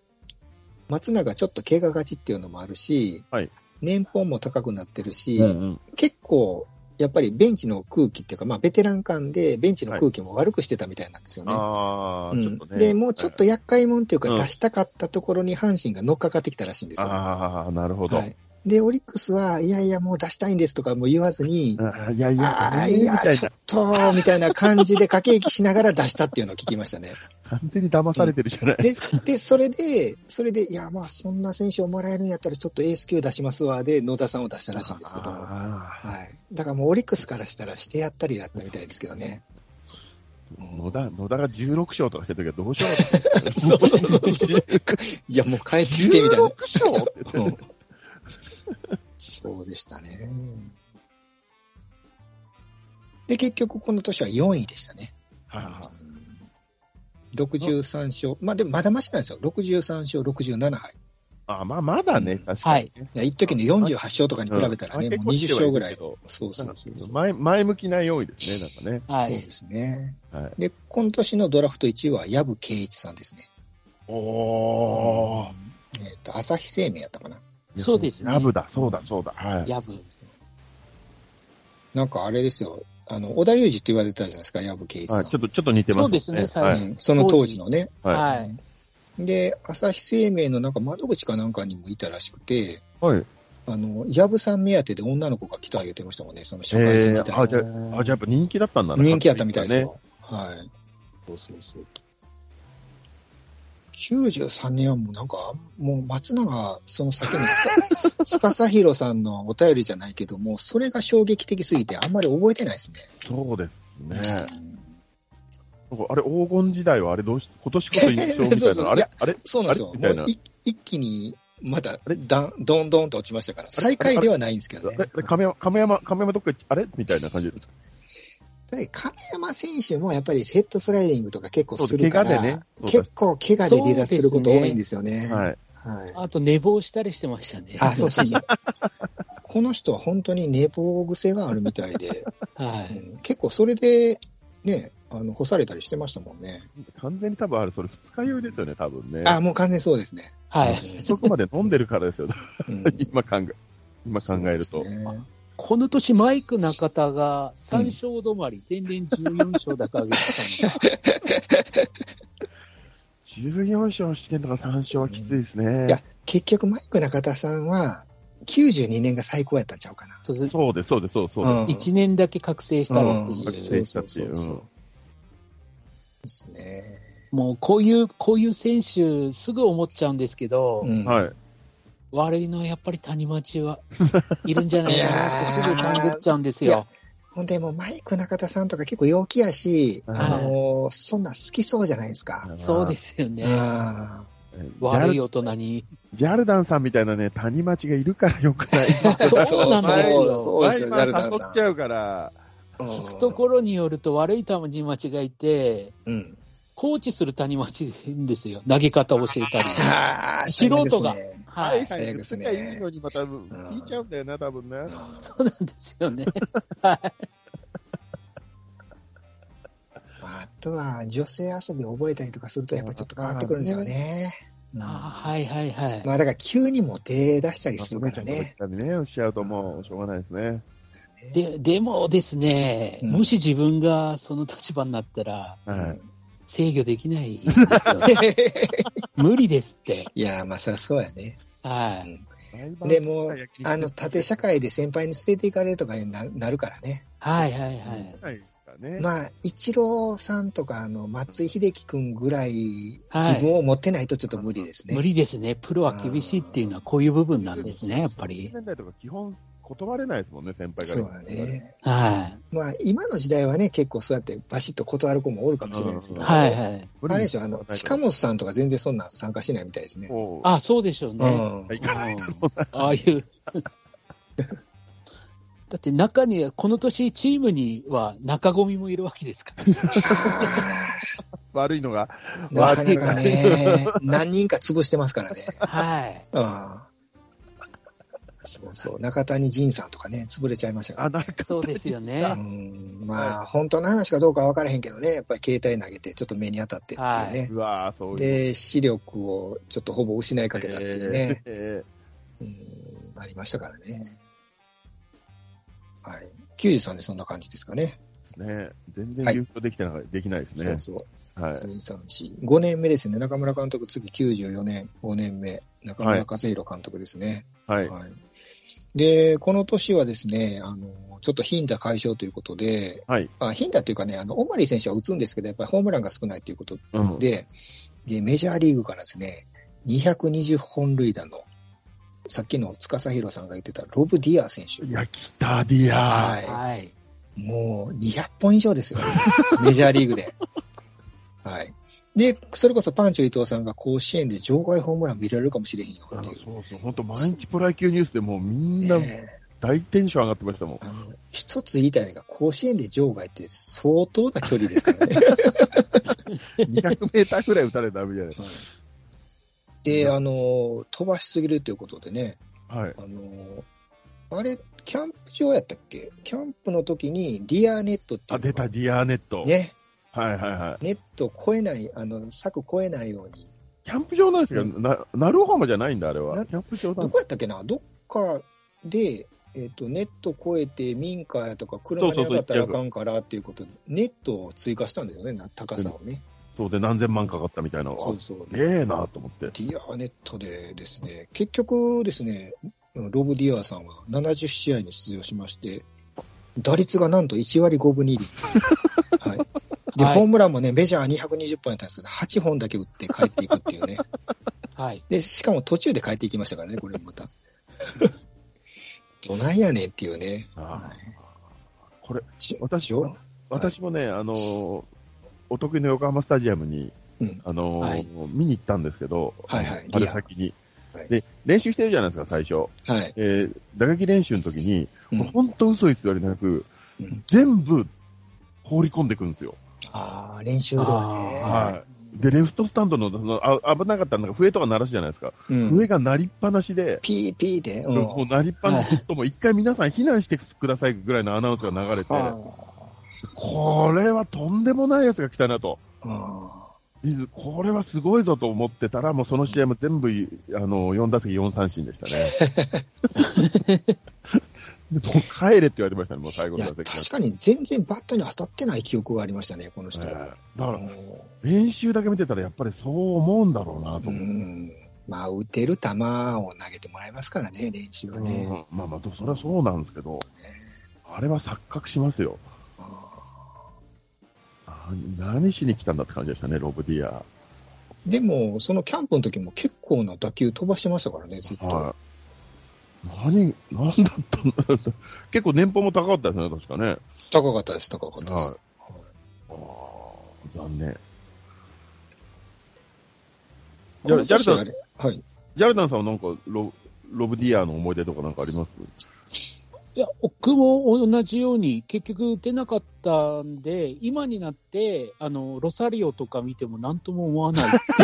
[SPEAKER 2] 松永ちょっと怪我がちっていうのもあるし、
[SPEAKER 1] はい
[SPEAKER 2] 年俸も高くなってるし、
[SPEAKER 1] うんうん
[SPEAKER 2] 結構、やっぱりベンチの空気っていうか、まあベテラン間でベンチの空気も悪くしてたみたいなんですよね。
[SPEAKER 1] ああ、
[SPEAKER 2] うん
[SPEAKER 1] ちょっとね。
[SPEAKER 2] で、もうちょっと厄介もんっていうか、
[SPEAKER 1] うん
[SPEAKER 2] 出したかったところに阪神が乗っかかってきたらしいんですよ。
[SPEAKER 1] ああ、なるほど。
[SPEAKER 2] はい、で、オリックスは、いやいや、もう出したいんですとかも言わずに、
[SPEAKER 1] あーいやいや、
[SPEAKER 2] ああ、
[SPEAKER 1] えー
[SPEAKER 2] い
[SPEAKER 1] み
[SPEAKER 2] や
[SPEAKER 1] た、い
[SPEAKER 2] ちょ
[SPEAKER 1] な
[SPEAKER 2] っ。と、みたいな感じで駆け引きしながら出したっていうのを聞きましたね。
[SPEAKER 1] 完全に騙されてるじゃない。
[SPEAKER 2] で、で、それで、それで、いや、まあ、そんな選手をもらえるんやったら、ちょっとエース級出しますわ、で、野田さんを出したらしいんですけども。は
[SPEAKER 1] あ
[SPEAKER 2] い。だからもう、オリックスからしたら、してやったりだったみたいですけどね。
[SPEAKER 1] ー野田、野田が16勝とかしてるときはどうしよう
[SPEAKER 2] そう そうそ うそう。いや、もう帰ってきて、みたいな。
[SPEAKER 1] 勝って言って
[SPEAKER 2] うんそうでしたね。で、結局、この年は4位でしたね。
[SPEAKER 1] はいは
[SPEAKER 2] 63勝。まあ、でもまだましなんですよ。63勝、67敗。
[SPEAKER 1] いあ、まあ、まだね、確かにね。
[SPEAKER 2] いや、一時の48勝とかに比べたらね、
[SPEAKER 1] うん
[SPEAKER 2] もう20勝ぐらい。
[SPEAKER 1] 結構
[SPEAKER 2] そうそうそうそう。
[SPEAKER 1] 前前向きな用意ですね、なんかね。
[SPEAKER 3] は
[SPEAKER 2] そう
[SPEAKER 3] い。
[SPEAKER 2] ですね。
[SPEAKER 1] はい
[SPEAKER 2] で、今年のドラフト1位は、藪圭一さんですね。
[SPEAKER 1] おー。
[SPEAKER 2] えっ、と、朝日生命やったかな。
[SPEAKER 3] そうですね
[SPEAKER 1] ラブだ、そうだ、そうだ。はい。
[SPEAKER 3] やぶ。
[SPEAKER 2] なんかあれですよ。あの、小田裕二って言われてたじゃないですか、藪圭一さ
[SPEAKER 1] はい
[SPEAKER 2] ん。
[SPEAKER 1] ちょっと、ちょっと似てます
[SPEAKER 3] そうです
[SPEAKER 1] は
[SPEAKER 3] ねと
[SPEAKER 1] い
[SPEAKER 3] 最
[SPEAKER 2] うんその当時のね。
[SPEAKER 1] は
[SPEAKER 3] はい。
[SPEAKER 2] で、朝日生命のなんか窓口かなんかにもいたらしくて、
[SPEAKER 1] い。はい。
[SPEAKER 2] あの、藪さん目当てで女の子が来た言ってましたもんね、その社会人
[SPEAKER 1] え
[SPEAKER 2] 時
[SPEAKER 1] ー、
[SPEAKER 2] 代。
[SPEAKER 1] あ、じゃあ、あじゃあやっぱ人気だったんだね。
[SPEAKER 2] 人気やったみたいです
[SPEAKER 1] ね。
[SPEAKER 2] よ。はい。そうそうそう。93年はもうなんか、もう松永、その先のつか、つかさひろさんのお便りじゃないけども、それが衝撃的すぎてあんまり覚えてないですね。
[SPEAKER 1] そうですね。なんかあれ、黄金時代はあれどうし、今年こそ一勝みたい
[SPEAKER 2] そ
[SPEAKER 1] な。
[SPEAKER 2] うそう
[SPEAKER 1] あ
[SPEAKER 2] い
[SPEAKER 1] れ
[SPEAKER 2] や
[SPEAKER 1] あれ
[SPEAKER 2] そうなんですよ。
[SPEAKER 1] あれみたいな
[SPEAKER 2] もうい一気に、また
[SPEAKER 1] れ
[SPEAKER 2] だん、どんどんと落ちましたから、最下位ではないんですけどね。
[SPEAKER 1] あれ亀山、亀山、亀山どっか行っあれみたいな感じです。
[SPEAKER 2] で亀山選手もやっぱりヘッドスライディングとか結構
[SPEAKER 1] そう
[SPEAKER 2] す
[SPEAKER 1] で
[SPEAKER 2] る
[SPEAKER 1] す
[SPEAKER 2] か
[SPEAKER 1] 怪
[SPEAKER 2] ら、
[SPEAKER 1] 我でね。そう
[SPEAKER 2] 結構怪我で離脱すること多いんですよね。
[SPEAKER 1] だはい。
[SPEAKER 2] はい。
[SPEAKER 3] あと、寝坊したりしてましたね。
[SPEAKER 2] あ、そうそうそう。この人は本当に寝坊癖があるみたいで、
[SPEAKER 3] は
[SPEAKER 2] う
[SPEAKER 3] い。
[SPEAKER 2] ん結構それで、ね、あの、干されたりしてましたもんね。
[SPEAKER 1] 完全に多分あれ、それ二日酔いですよね、多分ね。
[SPEAKER 2] あ、もう完全にそうですね。
[SPEAKER 3] はい。
[SPEAKER 1] そこまで飲んでるからですよ。
[SPEAKER 2] うん
[SPEAKER 1] 今考え、今考えると。
[SPEAKER 2] そうですね
[SPEAKER 3] この年、マイク中田が3勝止まり、前年14勝だから上げてたのが、
[SPEAKER 1] 14勝してんとか3勝はきついです
[SPEAKER 2] いや
[SPEAKER 1] ね。
[SPEAKER 2] 結局、マイク中田さんは、92年が最高やったんちゃうかな。
[SPEAKER 3] 突然
[SPEAKER 1] そうです、そうです、そうですそうです。
[SPEAKER 3] 1年だけ覚醒したっていう。
[SPEAKER 1] 覚醒したっていう。
[SPEAKER 2] そうそううんそうそうです
[SPEAKER 3] もうこういう、こういう選手、すぐ思っちゃうんですけど、
[SPEAKER 2] ね。うん
[SPEAKER 1] はい。
[SPEAKER 3] 悪いのはやっぱり谷町 はいるんじゃないかなってすぐ勘ぐっちゃうんです
[SPEAKER 2] いや
[SPEAKER 3] よ。
[SPEAKER 2] ほんで、もうマイク中田さんとか結構陽気やし、
[SPEAKER 1] はい。
[SPEAKER 2] あのーそんなん好きそうじゃないですか。
[SPEAKER 3] そうですすよね。
[SPEAKER 2] あ
[SPEAKER 1] ジャ
[SPEAKER 3] 悪い
[SPEAKER 1] ル
[SPEAKER 3] 大人に。
[SPEAKER 1] ジャルダンさんみたいなね、谷町がいるからよくない。
[SPEAKER 3] そう
[SPEAKER 2] そう
[SPEAKER 3] なんですよ。
[SPEAKER 2] そうですよ
[SPEAKER 1] 毎晩
[SPEAKER 2] ジャルダンさん
[SPEAKER 1] 誘っちゃうから。
[SPEAKER 2] ー
[SPEAKER 3] 聞くところによると悪い谷町がいて、
[SPEAKER 2] うん。
[SPEAKER 3] コーチする谷町がいるんですよ。投げ方を教えた り。
[SPEAKER 2] ああ、
[SPEAKER 3] 素人が
[SPEAKER 2] そうですね
[SPEAKER 3] はいい。
[SPEAKER 1] さん
[SPEAKER 2] 最悪です
[SPEAKER 1] 言
[SPEAKER 2] ね
[SPEAKER 1] ってりゃいいのに、また聞いちゃうんだよな、多分ね。
[SPEAKER 3] そうなんですよね。はい。
[SPEAKER 2] あとは、女性遊びを覚えたりとかすると、やっぱちょっと変わってくるんですよね。うん
[SPEAKER 3] あーはいはいはい。
[SPEAKER 2] まあ、だから急にも手出したりするからね。
[SPEAKER 1] まあ。そういうことね、おっしゃるともう、しょうがないですね。
[SPEAKER 3] で、でもですね、
[SPEAKER 2] うん
[SPEAKER 3] もし自分がその立場になったら、
[SPEAKER 1] はい。
[SPEAKER 3] 制御できないですよ ね無理ですって。
[SPEAKER 2] いやー、まあ、そりゃそうやね。
[SPEAKER 3] は
[SPEAKER 2] うん
[SPEAKER 3] い。
[SPEAKER 2] でも、あの、縦社会で先輩に連れて行かれるとかにななるからね。
[SPEAKER 3] はいはいはい。
[SPEAKER 1] ないからね。
[SPEAKER 2] まあ、一郎さんとか、あの、松井秀喜くんぐらい、
[SPEAKER 3] はい
[SPEAKER 2] 自分を持ってないとちょっと無理ですね。
[SPEAKER 3] 無理ですね。プロは厳しいっていうのはこういう部分なんですね、やっぱり
[SPEAKER 1] 90。年代とか基本断れないですもんね、先輩か
[SPEAKER 2] そ
[SPEAKER 1] ら。
[SPEAKER 2] うだね。
[SPEAKER 3] は
[SPEAKER 2] まあ、今の時代はね、結構そうやってバシッと断る子もおるかもしれないですけ
[SPEAKER 3] い。
[SPEAKER 2] ど。
[SPEAKER 3] はいはい。
[SPEAKER 1] 無理
[SPEAKER 2] あれ
[SPEAKER 1] に
[SPEAKER 2] で
[SPEAKER 1] し
[SPEAKER 2] し
[SPEAKER 1] ょ。
[SPEAKER 2] ょ、あの、近本さんとか全然そんな参加しないみたいですね。
[SPEAKER 1] こう
[SPEAKER 3] あ、そうでしょう
[SPEAKER 2] う
[SPEAKER 3] ね。
[SPEAKER 2] ん。
[SPEAKER 1] 行かないだろう
[SPEAKER 3] うんああいう。 だって中には、この年チームには中込みもいるわけですから。
[SPEAKER 1] 悪いのが、
[SPEAKER 2] なかなかね、何人か潰してま すからね。
[SPEAKER 3] はい。
[SPEAKER 2] ああそうそう、中谷仁さんとかね、潰れちゃいましたから
[SPEAKER 1] あ、なんか、
[SPEAKER 3] そうですよ
[SPEAKER 2] う
[SPEAKER 3] ね。
[SPEAKER 2] んまあ、本当の話かどうかは分からへんけどね、やっぱり携帯投げて、ちょっと目に当たってっていうね。
[SPEAKER 1] うわぁ、そういう。
[SPEAKER 2] で、視力をちょっとほぼ失いかけたっていうね、
[SPEAKER 1] え
[SPEAKER 2] うんありましたからね。はい。93でそんな感じですかね。
[SPEAKER 1] ーね全然
[SPEAKER 2] はい
[SPEAKER 1] 優勝できてない、できないです
[SPEAKER 2] そ
[SPEAKER 1] ね
[SPEAKER 2] う。そう。
[SPEAKER 1] はい。
[SPEAKER 2] 1 2 3 4 5年目ですね。中村監督、次94年、5年目。中村和弘監督ですね。
[SPEAKER 1] は
[SPEAKER 2] はい
[SPEAKER 1] い。。
[SPEAKER 2] で、この年はですね、あの、ちょっと貧打解消ということで、
[SPEAKER 1] はい。
[SPEAKER 2] あ貧打っていうかね、あの、オマリー選手は打つんですけど、やっぱりホームランが少ないということ
[SPEAKER 1] うん。
[SPEAKER 2] で、で、メジャーリーグからですね、220本塁打の、さっきの司弘さんが言ってたロブ・ディアー選手。
[SPEAKER 1] いや、来たディアー。
[SPEAKER 2] は
[SPEAKER 3] はい。
[SPEAKER 2] い。もう200本以上ですよ。 メジャーリーグで。はい。で、それこそパンチョ伊藤さんが甲子園で場外ホームラン見られるかもしれへんよ
[SPEAKER 1] あ
[SPEAKER 2] っていう。
[SPEAKER 1] そうそう、本当毎日プロ野球ニュースでもうみんな
[SPEAKER 2] ねえ
[SPEAKER 1] 大テンション上がってま したもん。
[SPEAKER 2] あの、一つ言いたいのが、甲子園で場外って相当な距離ですから ね。
[SPEAKER 1] 200メーターくらい打たれたらダメじゃない
[SPEAKER 2] で、あの、飛ばしすぎるということでね、
[SPEAKER 1] はい。
[SPEAKER 2] あの、あれ、キャンプ場やったっけキャンプの時に、ディアネットって
[SPEAKER 1] あ、
[SPEAKER 2] いうのが
[SPEAKER 1] 出た、ディアーネット。
[SPEAKER 2] ね、
[SPEAKER 1] はいはいはい。
[SPEAKER 2] ネットを越えない、あの、柵越えないように。
[SPEAKER 1] キャンプ場なんですけど、
[SPEAKER 2] う
[SPEAKER 1] な、なる浜じゃないんだ、あれは。
[SPEAKER 2] な
[SPEAKER 1] キャンプ場な
[SPEAKER 2] ど
[SPEAKER 1] ん
[SPEAKER 2] こやったっけなどっかで、えっ、と、ネット越えて民家やとか車に
[SPEAKER 1] そうそうそう
[SPEAKER 2] 上がったらあかんからっていうことで、ネットを追加したんですよね、な高さをね。
[SPEAKER 1] そうで何千万かかったみたいなのが。
[SPEAKER 2] そうそう。
[SPEAKER 1] ねえなと思って。
[SPEAKER 2] ディアネットでですね、結局ですね、ロブ・ディアーさんは70試合に出場しまして、打率がなんと1割5分2厘。はい。で、
[SPEAKER 3] はい
[SPEAKER 2] ホームランもね、メジャー220本やったんですけど、8本だけ打って帰っていくっていうね。
[SPEAKER 3] はい。
[SPEAKER 2] で、しかも途中で帰っていきましたからね、これまた。どないやねんっていうね。
[SPEAKER 1] あ
[SPEAKER 2] はい
[SPEAKER 1] あこれ、
[SPEAKER 2] ち
[SPEAKER 1] 私
[SPEAKER 2] は
[SPEAKER 1] 私もね、あのーお得意の横浜スタジアムに、
[SPEAKER 2] うん
[SPEAKER 1] あのー
[SPEAKER 3] はい
[SPEAKER 1] 見に行ったんですけど、
[SPEAKER 2] はいはい
[SPEAKER 1] 春先に
[SPEAKER 2] はい。
[SPEAKER 1] で、練習してるじゃないですか、最初。
[SPEAKER 2] はい。
[SPEAKER 1] えー打撃練習の時に、
[SPEAKER 2] うん
[SPEAKER 1] 本当嘘偽りなく、
[SPEAKER 2] うん
[SPEAKER 1] 全部放り込んでくるんですよ。
[SPEAKER 2] ああ、練習ではね。
[SPEAKER 1] はい。で、レフトスタンドの、そのあ危なかったらなんか笛とか鳴らすじゃないですか。
[SPEAKER 2] うん
[SPEAKER 1] 笛が鳴りっぱなしで、
[SPEAKER 2] ピーピーで。うん
[SPEAKER 1] もう鳴りっぱなしともう一回皆さん避難してくださいぐらいのアナウンスが流れて、これはとんでもないやつが来たなと。
[SPEAKER 2] あ
[SPEAKER 1] でこれはすごいぞと思ってたら、もうその試合も全部、あの、4打席4三振でしたね。 でもう帰れって言われてましたね、もう最
[SPEAKER 2] ー
[SPEAKER 1] 後
[SPEAKER 2] い
[SPEAKER 1] の
[SPEAKER 2] や、
[SPEAKER 1] 打
[SPEAKER 2] 確
[SPEAKER 1] 席
[SPEAKER 2] かに全然バットに当たってない記憶がありましたね、この人。
[SPEAKER 1] ええだから、
[SPEAKER 2] も
[SPEAKER 1] 練習だけ見てたらやっぱりそう思うんだろうな
[SPEAKER 2] う
[SPEAKER 1] と
[SPEAKER 2] う
[SPEAKER 1] 思って。
[SPEAKER 2] んまあ、打てる球を投げてもらいますからね、練習はね。
[SPEAKER 1] うんまあまあ、でもそれはそうなんですけど、あれは錯覚しますよ。何何しに来たんだって感じでしたね、ロブディア。
[SPEAKER 2] でも、そのキャンプの時も結構な打球飛ばしてましたからね、ずっと。
[SPEAKER 1] はい。何、何だったんだ結構年俸も高かったですね、確かね。
[SPEAKER 2] 高かったです、高かったで
[SPEAKER 1] は
[SPEAKER 2] す
[SPEAKER 1] い。。あー残念。じ
[SPEAKER 2] こ
[SPEAKER 1] ゃ
[SPEAKER 2] の
[SPEAKER 1] ジャル
[SPEAKER 2] 年
[SPEAKER 1] ダ
[SPEAKER 2] あ
[SPEAKER 1] ン、
[SPEAKER 2] れ はい。
[SPEAKER 1] ジャルダンさんはなんかロ、ロブディアの思い出とかなんかあります
[SPEAKER 3] いや、僕も同じように、結局出なかったんで、今になって、あの、ロサリオとか見ても何とも思わな いって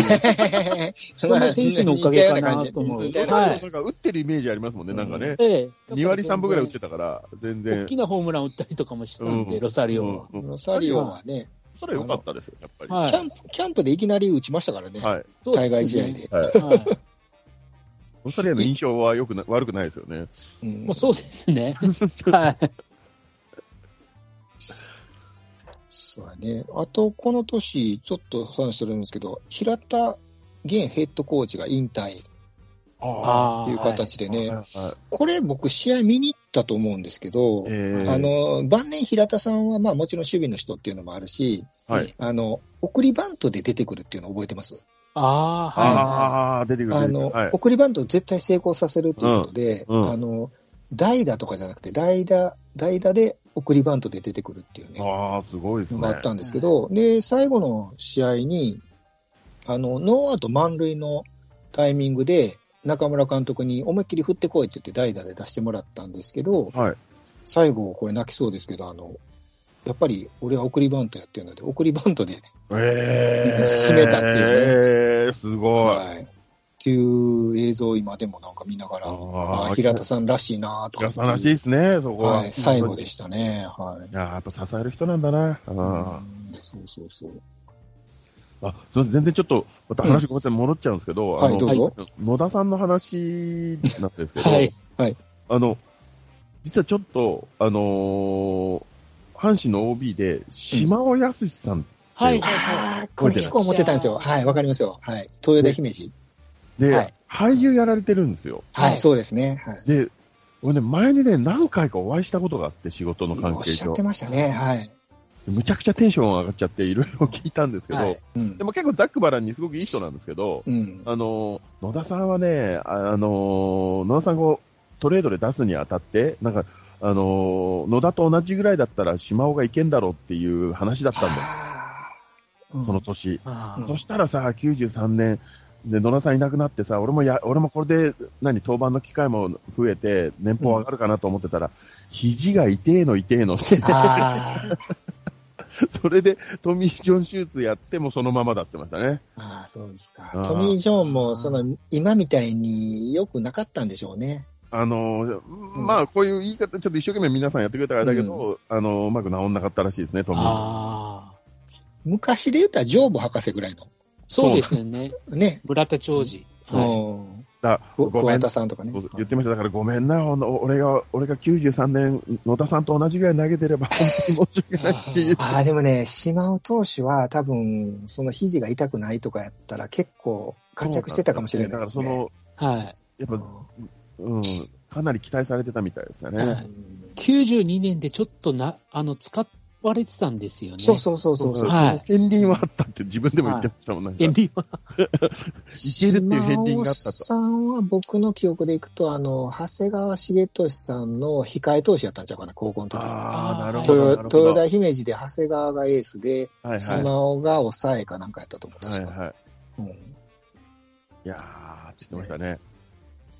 [SPEAKER 3] いう。
[SPEAKER 2] そ
[SPEAKER 3] の選手のおかげかなと思う
[SPEAKER 2] 似たような
[SPEAKER 3] は
[SPEAKER 2] 感
[SPEAKER 3] い
[SPEAKER 1] なんか打ってるイメージありますもんね、なんかね。
[SPEAKER 3] ええ
[SPEAKER 1] 2割3分ぐらい打ってたから、全然
[SPEAKER 3] 大。きなホームラン打ったりとかもしたんで、
[SPEAKER 1] うん
[SPEAKER 3] ロサリオは。
[SPEAKER 1] うん
[SPEAKER 2] じ。
[SPEAKER 1] うん
[SPEAKER 2] ロサリオはね、
[SPEAKER 1] それは良かったですよ、やっぱり。
[SPEAKER 3] は
[SPEAKER 2] キャンプ、キャンプでいきなり打ちましたからね。
[SPEAKER 1] はい。
[SPEAKER 3] そうですね
[SPEAKER 2] 対外試合で。
[SPEAKER 1] はい。
[SPEAKER 3] はい
[SPEAKER 1] オーストラリアの印象は良くな悪くないですよね。
[SPEAKER 2] うん
[SPEAKER 3] もうそうですね。はい。
[SPEAKER 2] そうやね。あと、この年、ちょっと話してるんですけど、平田現ヘッドコーチが引退
[SPEAKER 1] あ
[SPEAKER 2] という形でね、
[SPEAKER 1] はい
[SPEAKER 2] これ僕試合見に行ったと思うんですけど、
[SPEAKER 1] えー
[SPEAKER 2] あの、晩年平田さんは、まあもちろん守備の人っていうのもあるし、
[SPEAKER 1] はい。
[SPEAKER 2] あの、送りバントで出てくるっていうの覚えてます
[SPEAKER 3] ああ、
[SPEAKER 1] あ
[SPEAKER 3] は
[SPEAKER 1] あ、出てくる。
[SPEAKER 2] あ
[SPEAKER 1] 出てく
[SPEAKER 2] の、
[SPEAKER 1] るはい。
[SPEAKER 2] 送りバントを絶対成功させるということで、
[SPEAKER 1] うんうん
[SPEAKER 2] あの、代打とかじゃなくて、代打、代打で送りバントで出てくるっていうね、
[SPEAKER 1] ああ、すごいです
[SPEAKER 2] の
[SPEAKER 1] ね。
[SPEAKER 2] があったんですけど、で、最後の試合に、あの、ノーアウト満塁のタイミングで、中村監督に思いっきり振ってこいって言って代打で出してもらったんですけど、
[SPEAKER 1] はい。
[SPEAKER 2] 最後、これ泣きそうですけど、あの、やっぱり俺は送りバントやってるので、送りバントで、
[SPEAKER 1] ええ
[SPEAKER 2] 締めたっていう
[SPEAKER 1] ね。ええすごい。
[SPEAKER 2] はい。っていう映像を今でもなんか見ながら、あ
[SPEAKER 1] あ
[SPEAKER 2] ー平田さんらしいなとか
[SPEAKER 1] 平
[SPEAKER 2] っ
[SPEAKER 1] 田さ
[SPEAKER 2] ていうん
[SPEAKER 1] らしいですね、そこは。
[SPEAKER 2] はい、最後でしたね。はい
[SPEAKER 1] やーやっぱ支える人なんだな。う
[SPEAKER 2] い。
[SPEAKER 1] ん
[SPEAKER 2] うんそうそうそう。
[SPEAKER 1] あ、すみません、全然ちょっと、また話ごめんなさい、戻っちゃうんですけど、
[SPEAKER 2] はい
[SPEAKER 1] あの
[SPEAKER 2] どうぞ
[SPEAKER 1] 野田さんの話なんです けど、
[SPEAKER 3] はい。
[SPEAKER 1] あの、実はちょっと、あのー阪神の OB で、島尾康さん
[SPEAKER 3] はい。
[SPEAKER 2] ああ、こ
[SPEAKER 1] 覚えてない
[SPEAKER 2] れ結構思ってたんですよ。はい、わかりますよ。はい。東洋大姫路。
[SPEAKER 1] で、
[SPEAKER 3] はい
[SPEAKER 1] 俳優やられてるんですよ。
[SPEAKER 2] は
[SPEAKER 3] はい
[SPEAKER 2] い、そうですね。はい。
[SPEAKER 1] で、俺ね、前にね、何回かお会いしたことがあって、仕事の関
[SPEAKER 2] おっ
[SPEAKER 1] 係
[SPEAKER 2] しゃ
[SPEAKER 1] 上
[SPEAKER 2] っ。てましたね。はい。
[SPEAKER 1] むちゃくちゃテンション上がっちゃって、いろいろ聞いたんですけど、
[SPEAKER 3] はい
[SPEAKER 2] うん
[SPEAKER 1] で。も結構ざっくばらんにすごくいい人なんですけど、
[SPEAKER 2] うん。
[SPEAKER 1] あの、野田さんはね、ああの、野田さんをトレードで出すにあたって、なんか、あの、野田と同じぐらいだったら島尾がいけんだろうっていう話だったんだよ、
[SPEAKER 2] あー
[SPEAKER 1] その年。
[SPEAKER 3] あ
[SPEAKER 2] うん
[SPEAKER 3] ー
[SPEAKER 1] そしたらさ、93年、で、野田さんいなくなってさ、俺もや、俺もこれで、何、登板の機会も増えて、年俸上がるかなと思ってたら、肘が痛えの痛えのって、
[SPEAKER 3] あ ー
[SPEAKER 1] それでトミー・ジョン手術やってもそのままだって言ってましたね。
[SPEAKER 2] ああ、そうですか
[SPEAKER 1] あ。ー
[SPEAKER 2] トミー・ジョーンも、その、今みたいによくなかったんでしょうね。
[SPEAKER 1] あのーまあ、こういう言い方、ちょっと一生懸命皆さんやってくれたからだけど、あのーうまく治んなかったらしいですね、トミー。
[SPEAKER 3] あー。
[SPEAKER 2] 昔で言ったら、ジョーブ博士ぐらい
[SPEAKER 3] そうですよね。
[SPEAKER 2] の。ね。
[SPEAKER 3] ブラタ長治。はい。
[SPEAKER 2] うん。
[SPEAKER 1] だご
[SPEAKER 2] く
[SPEAKER 1] め
[SPEAKER 2] 桑
[SPEAKER 1] ん
[SPEAKER 2] 田さんとかね。。
[SPEAKER 1] ご言ってました、だからごめんな、ほんの俺が、俺が93年、野田さんと同じぐらい投げてれば、本当に申し訳ないっていう
[SPEAKER 2] ああ、でもね、島尾投手は多分、その肘が痛くないとかやったら結構活躍してたかもしれないです
[SPEAKER 1] だ
[SPEAKER 2] ね。
[SPEAKER 3] はい。
[SPEAKER 1] からその、やっぱ、うん、かなり期待されてたみたいですよね。
[SPEAKER 3] はい92年でちょっとな、あの、使われてたんですよね。
[SPEAKER 2] そうそうそうそうそう。
[SPEAKER 3] はい
[SPEAKER 1] 片鱗はあったって自分でも言ってましたもん、なんか
[SPEAKER 3] エンディングは。
[SPEAKER 1] けるっていう片鱗があったと
[SPEAKER 2] 島尾さんは僕の記憶でいくと、あの、長谷川茂俊さんの控え投手やったんちゃうかな、高校の時。
[SPEAKER 1] ああ、なるほど。
[SPEAKER 2] 豊
[SPEAKER 1] なるほど
[SPEAKER 2] 豊田姫路で長谷川がエースで、
[SPEAKER 1] はいはい。
[SPEAKER 2] 島尾が抑えかなんかやったと思う、確か。
[SPEAKER 1] はいはい。
[SPEAKER 2] うん
[SPEAKER 1] いやー、って言ってましたね。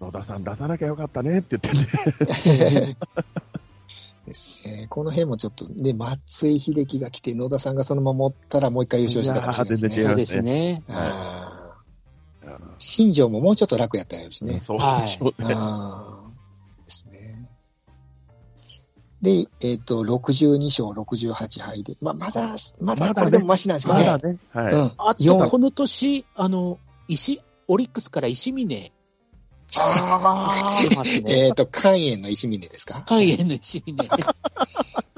[SPEAKER 1] 野田さん出さなきゃよかったねって言ってね。
[SPEAKER 2] ですね。この辺もちょっと、で、松井秀喜が来て、野田さんがそのまま持ったらもう一回優勝してたかもしれないで
[SPEAKER 1] い
[SPEAKER 2] す
[SPEAKER 1] や
[SPEAKER 2] ね。
[SPEAKER 3] そ
[SPEAKER 1] ー
[SPEAKER 3] うですね。
[SPEAKER 2] あー新庄ももうちょっと楽やったようですね。
[SPEAKER 1] そうでしょうね。
[SPEAKER 2] あーですね。で、えっ、と、62勝68敗で、まあ、まだ、まだ、
[SPEAKER 1] まだね
[SPEAKER 2] これでもマシなんですか
[SPEAKER 1] ま
[SPEAKER 2] ね。
[SPEAKER 1] だね。 はい。
[SPEAKER 2] うん。
[SPEAKER 3] あ
[SPEAKER 2] 4
[SPEAKER 3] と、
[SPEAKER 2] 番。
[SPEAKER 3] この年、あの、石、オリックスから石峰
[SPEAKER 2] あ
[SPEAKER 3] 出ます
[SPEAKER 2] ー
[SPEAKER 3] ね。
[SPEAKER 2] えっと、肝炎の石峰ですか
[SPEAKER 3] 海援の石峰。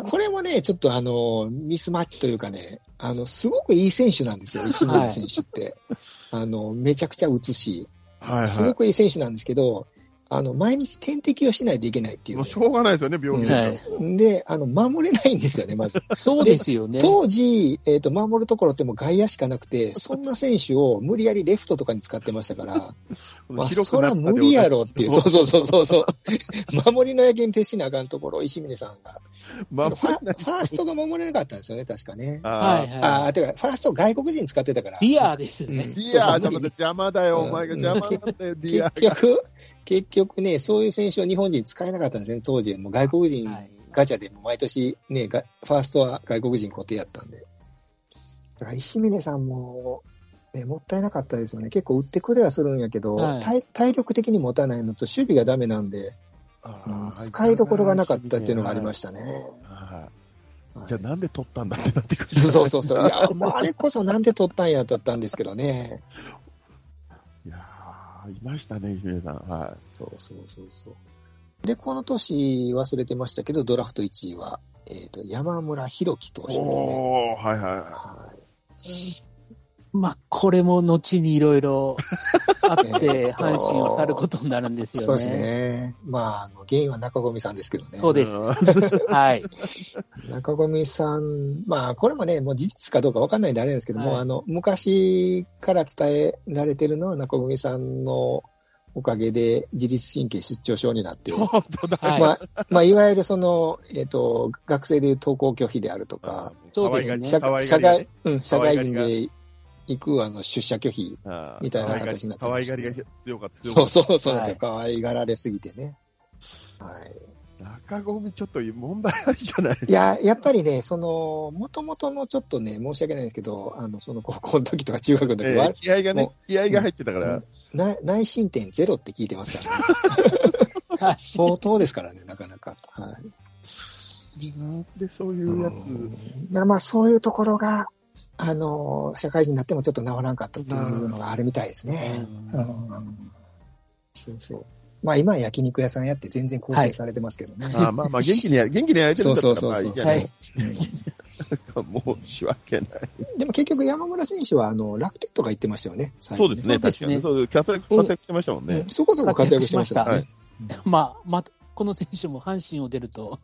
[SPEAKER 2] これもね、ちょっとあの、ミスマッチというかね、あの、すごくいい選手なんですよ、石森選手って。あの、めちゃくちゃ打つし、
[SPEAKER 1] はい
[SPEAKER 2] す
[SPEAKER 1] は
[SPEAKER 2] ごくいい選手なんですけど、あの、毎日点滴をしないといけないって
[SPEAKER 1] い。
[SPEAKER 2] い
[SPEAKER 1] も
[SPEAKER 2] う
[SPEAKER 1] うしょうがないですよね、病気で。
[SPEAKER 3] はい
[SPEAKER 2] ね。で、あの、守れないんですよね、まず。
[SPEAKER 3] そうですよね。
[SPEAKER 2] 当時、えっ、と、守るところってもう外野しかなくて、そんな選手を無理やりレフトとかに使ってました から、まあ、
[SPEAKER 1] 広
[SPEAKER 2] そ
[SPEAKER 1] くな
[SPEAKER 2] ら
[SPEAKER 1] ったで
[SPEAKER 2] 無理やろっていう、そう
[SPEAKER 1] 私
[SPEAKER 2] そうそうそうそう。守りの野球に徹しなあかんところを石峰さんが。
[SPEAKER 1] まあ、
[SPEAKER 2] ファファーストが守れなかったんですよね、確かね。
[SPEAKER 3] は
[SPEAKER 1] あ
[SPEAKER 3] い
[SPEAKER 1] ー
[SPEAKER 2] あ
[SPEAKER 3] は
[SPEAKER 2] あ、てか、ファースト外国人使ってたから。
[SPEAKER 3] い。リアーですね。
[SPEAKER 1] ディアー、
[SPEAKER 2] そうそう
[SPEAKER 1] 邪魔だ邪魔だよ、
[SPEAKER 2] うん
[SPEAKER 1] お前が邪魔なんだよ、ディア
[SPEAKER 2] 結
[SPEAKER 1] ーが。
[SPEAKER 2] 局、結局ね、そういう選手を日本人使えなかったんですね、当時。もう外国人
[SPEAKER 3] はい
[SPEAKER 2] ガチャでもう毎年ね、がファーストは外国人固定やったんで。だから石峰さんも、ね、もったいなかったですよね。結構売ってくれはするんやけど、
[SPEAKER 3] はい
[SPEAKER 2] 体体力的に持たないのと守備がダメなんで、うん
[SPEAKER 1] あー
[SPEAKER 2] 使いどころがなかったっていうのがありましたね。
[SPEAKER 1] はい
[SPEAKER 2] はい
[SPEAKER 1] じゃあなんで取ったんだってなってくる。
[SPEAKER 2] そうそうそう。いや、 もうあれこそなんで取ったんやだったんですけどね。
[SPEAKER 1] いやー、いましたね、石井さん。は
[SPEAKER 2] そうそうそうそう。で、この年忘れてましたけど、ドラフト1位は、えっ、と、山村博樹投
[SPEAKER 1] い。
[SPEAKER 2] 手ですね。
[SPEAKER 1] おー、はいはいは
[SPEAKER 2] はい
[SPEAKER 3] まあ、これも後にいろいろあっ
[SPEAKER 2] え
[SPEAKER 3] て、
[SPEAKER 2] っと
[SPEAKER 3] 阪神を去ることになるんですよね。
[SPEAKER 2] そうです。ね。まあ、あの原因は中込さんですけどね。
[SPEAKER 3] そう
[SPEAKER 1] い。
[SPEAKER 3] です。はい。
[SPEAKER 2] 中込さん、まあ、これもね、もう事実かどうかわかんないんであれなんですけども、
[SPEAKER 3] はい
[SPEAKER 2] あの、昔から伝えられてるのは中込さんのおかげで自律神経失調症になって、
[SPEAKER 1] 本当だ。
[SPEAKER 3] はい。
[SPEAKER 2] まあ、まあ、いわゆるその、えっ、と、学生でいう登校拒否であるとか、
[SPEAKER 3] そうですね
[SPEAKER 2] 社
[SPEAKER 1] 可愛が
[SPEAKER 2] 社
[SPEAKER 1] りが
[SPEAKER 2] 外
[SPEAKER 1] ね、
[SPEAKER 2] うん、社外人で行くあの出社拒否。
[SPEAKER 1] あー
[SPEAKER 2] みたいな形になって
[SPEAKER 1] 可
[SPEAKER 2] ま
[SPEAKER 1] 愛
[SPEAKER 2] して
[SPEAKER 1] がりが強かった。
[SPEAKER 2] そう
[SPEAKER 1] 強かっ
[SPEAKER 2] そうそうなんですよ。
[SPEAKER 3] はい
[SPEAKER 2] 可愛がられすぎてね。はい。
[SPEAKER 1] 中込ちょっと問題ありじゃないです
[SPEAKER 2] いや、やっぱりね、その、もともとのちょっとね、申し訳ないんですけど、あの、その高校の時とか中学の時
[SPEAKER 1] か。
[SPEAKER 2] は、
[SPEAKER 1] ええ気合がね
[SPEAKER 2] も、
[SPEAKER 1] 気合が入ってたから、
[SPEAKER 2] な内申点ゼロって聞いてますから、ね、
[SPEAKER 3] そう
[SPEAKER 2] 相当ですからね、なかなか。はい。
[SPEAKER 1] なんでそういうやつ、
[SPEAKER 2] まあまあ、そういうところが、あの、社会人になってもちょっと治らんかったっていうのがあるみたいですね。うんそうそう。まあ今は焼肉屋さんやって全然構成されてますけどね。
[SPEAKER 1] ああまあまあ、元気にや、元気にやれてる
[SPEAKER 2] そ
[SPEAKER 1] ん
[SPEAKER 2] う
[SPEAKER 1] だ
[SPEAKER 2] そう
[SPEAKER 1] ったら、
[SPEAKER 2] そう
[SPEAKER 1] まあいう
[SPEAKER 2] そ
[SPEAKER 1] いじゃ
[SPEAKER 3] は
[SPEAKER 1] ないいですか。も う、仕訳ない。
[SPEAKER 2] でも結局山村選手はあの楽天とか行ってましたよね。最
[SPEAKER 1] そ
[SPEAKER 2] 後
[SPEAKER 1] うです
[SPEAKER 3] そ
[SPEAKER 1] ね、
[SPEAKER 3] うで
[SPEAKER 1] 確
[SPEAKER 3] す
[SPEAKER 1] か
[SPEAKER 3] ね
[SPEAKER 1] に。そう、活躍、活躍してましたもんね
[SPEAKER 2] うん。そこそこ活躍してましたよ
[SPEAKER 1] は
[SPEAKER 2] ね
[SPEAKER 1] い。。
[SPEAKER 3] まあ、また、この選手も阪神を出ると、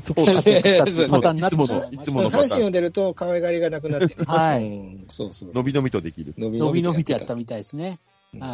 [SPEAKER 1] そう
[SPEAKER 2] 活躍したっていう
[SPEAKER 1] そう
[SPEAKER 3] パターンになっ
[SPEAKER 1] いつ
[SPEAKER 3] て
[SPEAKER 1] も
[SPEAKER 3] しま
[SPEAKER 1] の、
[SPEAKER 3] い
[SPEAKER 1] い
[SPEAKER 3] ま
[SPEAKER 1] つ
[SPEAKER 3] した
[SPEAKER 1] ものパ
[SPEAKER 2] 阪
[SPEAKER 1] タ
[SPEAKER 2] 神
[SPEAKER 1] ーン。
[SPEAKER 2] を出ると可愛がりがなくなってね。
[SPEAKER 3] はい
[SPEAKER 2] うんそうそうそう。
[SPEAKER 1] 伸び伸びとできる。
[SPEAKER 2] 伸び
[SPEAKER 3] 伸び伸びとやっ
[SPEAKER 2] と
[SPEAKER 3] たみたいですね。
[SPEAKER 2] うん
[SPEAKER 3] は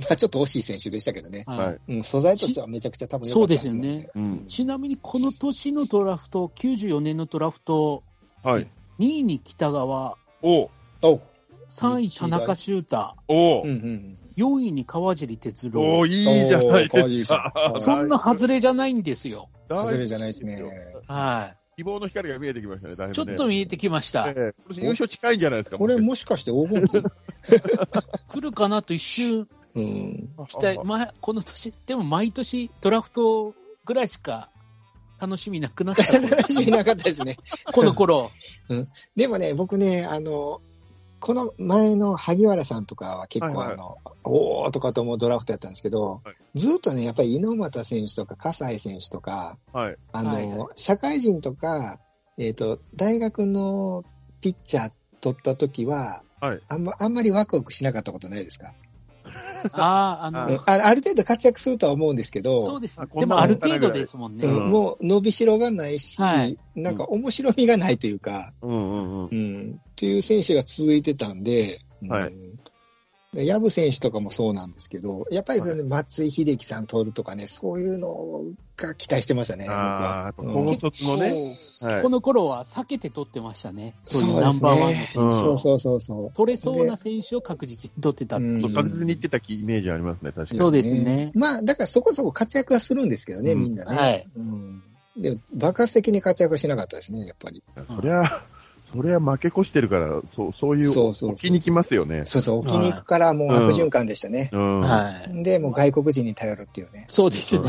[SPEAKER 2] まあちょっと惜しい選手でしたけどね。
[SPEAKER 3] い。は
[SPEAKER 1] はいい。
[SPEAKER 2] うん、素材としてはめちゃくちゃ多分良かったです
[SPEAKER 3] そうですよね。
[SPEAKER 1] うん。
[SPEAKER 3] ちなみに、この年のドラフト、94年のドラフト、
[SPEAKER 1] はい。
[SPEAKER 3] 2位に北川、
[SPEAKER 1] おう
[SPEAKER 2] おう。
[SPEAKER 3] 3位田中修太、
[SPEAKER 1] おう
[SPEAKER 2] うんうん。
[SPEAKER 3] 4位に川尻哲
[SPEAKER 1] お
[SPEAKER 3] 郎
[SPEAKER 1] う。いいじゃない
[SPEAKER 2] おー川
[SPEAKER 1] で
[SPEAKER 2] 尻
[SPEAKER 1] す
[SPEAKER 2] さ
[SPEAKER 1] か。
[SPEAKER 2] ん
[SPEAKER 3] そんな外れじゃないんですよ。
[SPEAKER 1] 大
[SPEAKER 2] 外れじゃないですね。
[SPEAKER 3] は
[SPEAKER 1] 希望の光が見えてきましたね、だいぶね。
[SPEAKER 3] い。ちょっと見えてきました。
[SPEAKER 1] ええ今年優勝近いんじゃないですか。
[SPEAKER 2] これ
[SPEAKER 1] も
[SPEAKER 2] もしかして黄金期
[SPEAKER 3] 来るかなと一瞬
[SPEAKER 2] うん。
[SPEAKER 1] う
[SPEAKER 3] 期待、まあ、この年、でも毎年ドラフトぐらいしか楽しみなくなったもん
[SPEAKER 2] 知らなかったですね。
[SPEAKER 3] この頃。
[SPEAKER 2] でもね、僕ね、あの、この前の萩原さんとかは結構
[SPEAKER 1] はいはい
[SPEAKER 2] あの、おーとかと思うドラフトやったんですけど、
[SPEAKER 1] はい
[SPEAKER 2] ずっとね、やっぱり猪俣選手とか葛西選手とか、
[SPEAKER 1] はい。
[SPEAKER 2] あの、
[SPEAKER 3] はいはい
[SPEAKER 2] 社会人とか、えっ、と、大学のピッチャー取った時は、
[SPEAKER 1] はい
[SPEAKER 2] あんま、あんまりワクワクしなかったことないですか、
[SPEAKER 3] ああ、あ
[SPEAKER 2] うん
[SPEAKER 3] の
[SPEAKER 2] あ、ある程度活躍するとは思うんですけど、
[SPEAKER 3] そうですね
[SPEAKER 1] あ。こ
[SPEAKER 3] で
[SPEAKER 1] んなも
[SPEAKER 3] も
[SPEAKER 1] ん
[SPEAKER 3] ある程度ですもんね。
[SPEAKER 1] うん
[SPEAKER 2] もう伸びしろがないし、
[SPEAKER 3] はい
[SPEAKER 2] なんか面白みがないというか、
[SPEAKER 1] うんうんうん。
[SPEAKER 2] うん、っていう選手が続いてたんで、うん
[SPEAKER 1] はい
[SPEAKER 2] で薮、選手とかもそうなんですけど、やっぱりそれ、ね松井秀喜さん取るとかね、そういうのが期待してましたね、僕は。
[SPEAKER 1] ああ、やっぱ
[SPEAKER 2] うん
[SPEAKER 1] 高卒のね。
[SPEAKER 3] 結構
[SPEAKER 1] はい
[SPEAKER 3] この頃は避けて取ってましたね。そうい
[SPEAKER 2] そうう
[SPEAKER 3] ナ
[SPEAKER 2] で
[SPEAKER 3] ン
[SPEAKER 2] す
[SPEAKER 3] バーワンの
[SPEAKER 2] ね。
[SPEAKER 1] うん
[SPEAKER 2] そうそうそうそう。
[SPEAKER 3] 取れそうな選手を確実に取ってたっていうう。
[SPEAKER 1] そう確実に言ってたイメージありますね、確かに。
[SPEAKER 3] そうですね
[SPEAKER 2] まあ、だからそこそこ活躍はするんですけどね、
[SPEAKER 1] うん
[SPEAKER 2] みんなね。
[SPEAKER 3] はい
[SPEAKER 2] うんでも爆発的に活躍はしなかったですね、やっぱり。
[SPEAKER 1] そりゃ、そりゃ負け越してるから、そう、そういう、
[SPEAKER 2] そうそうそう
[SPEAKER 1] 起きに来ますよね。
[SPEAKER 2] そうそう、置きに行くからもう悪循環でしたね。
[SPEAKER 1] うん。
[SPEAKER 3] はい。
[SPEAKER 2] で、もう外国人に頼るっていうね。
[SPEAKER 3] そうですね。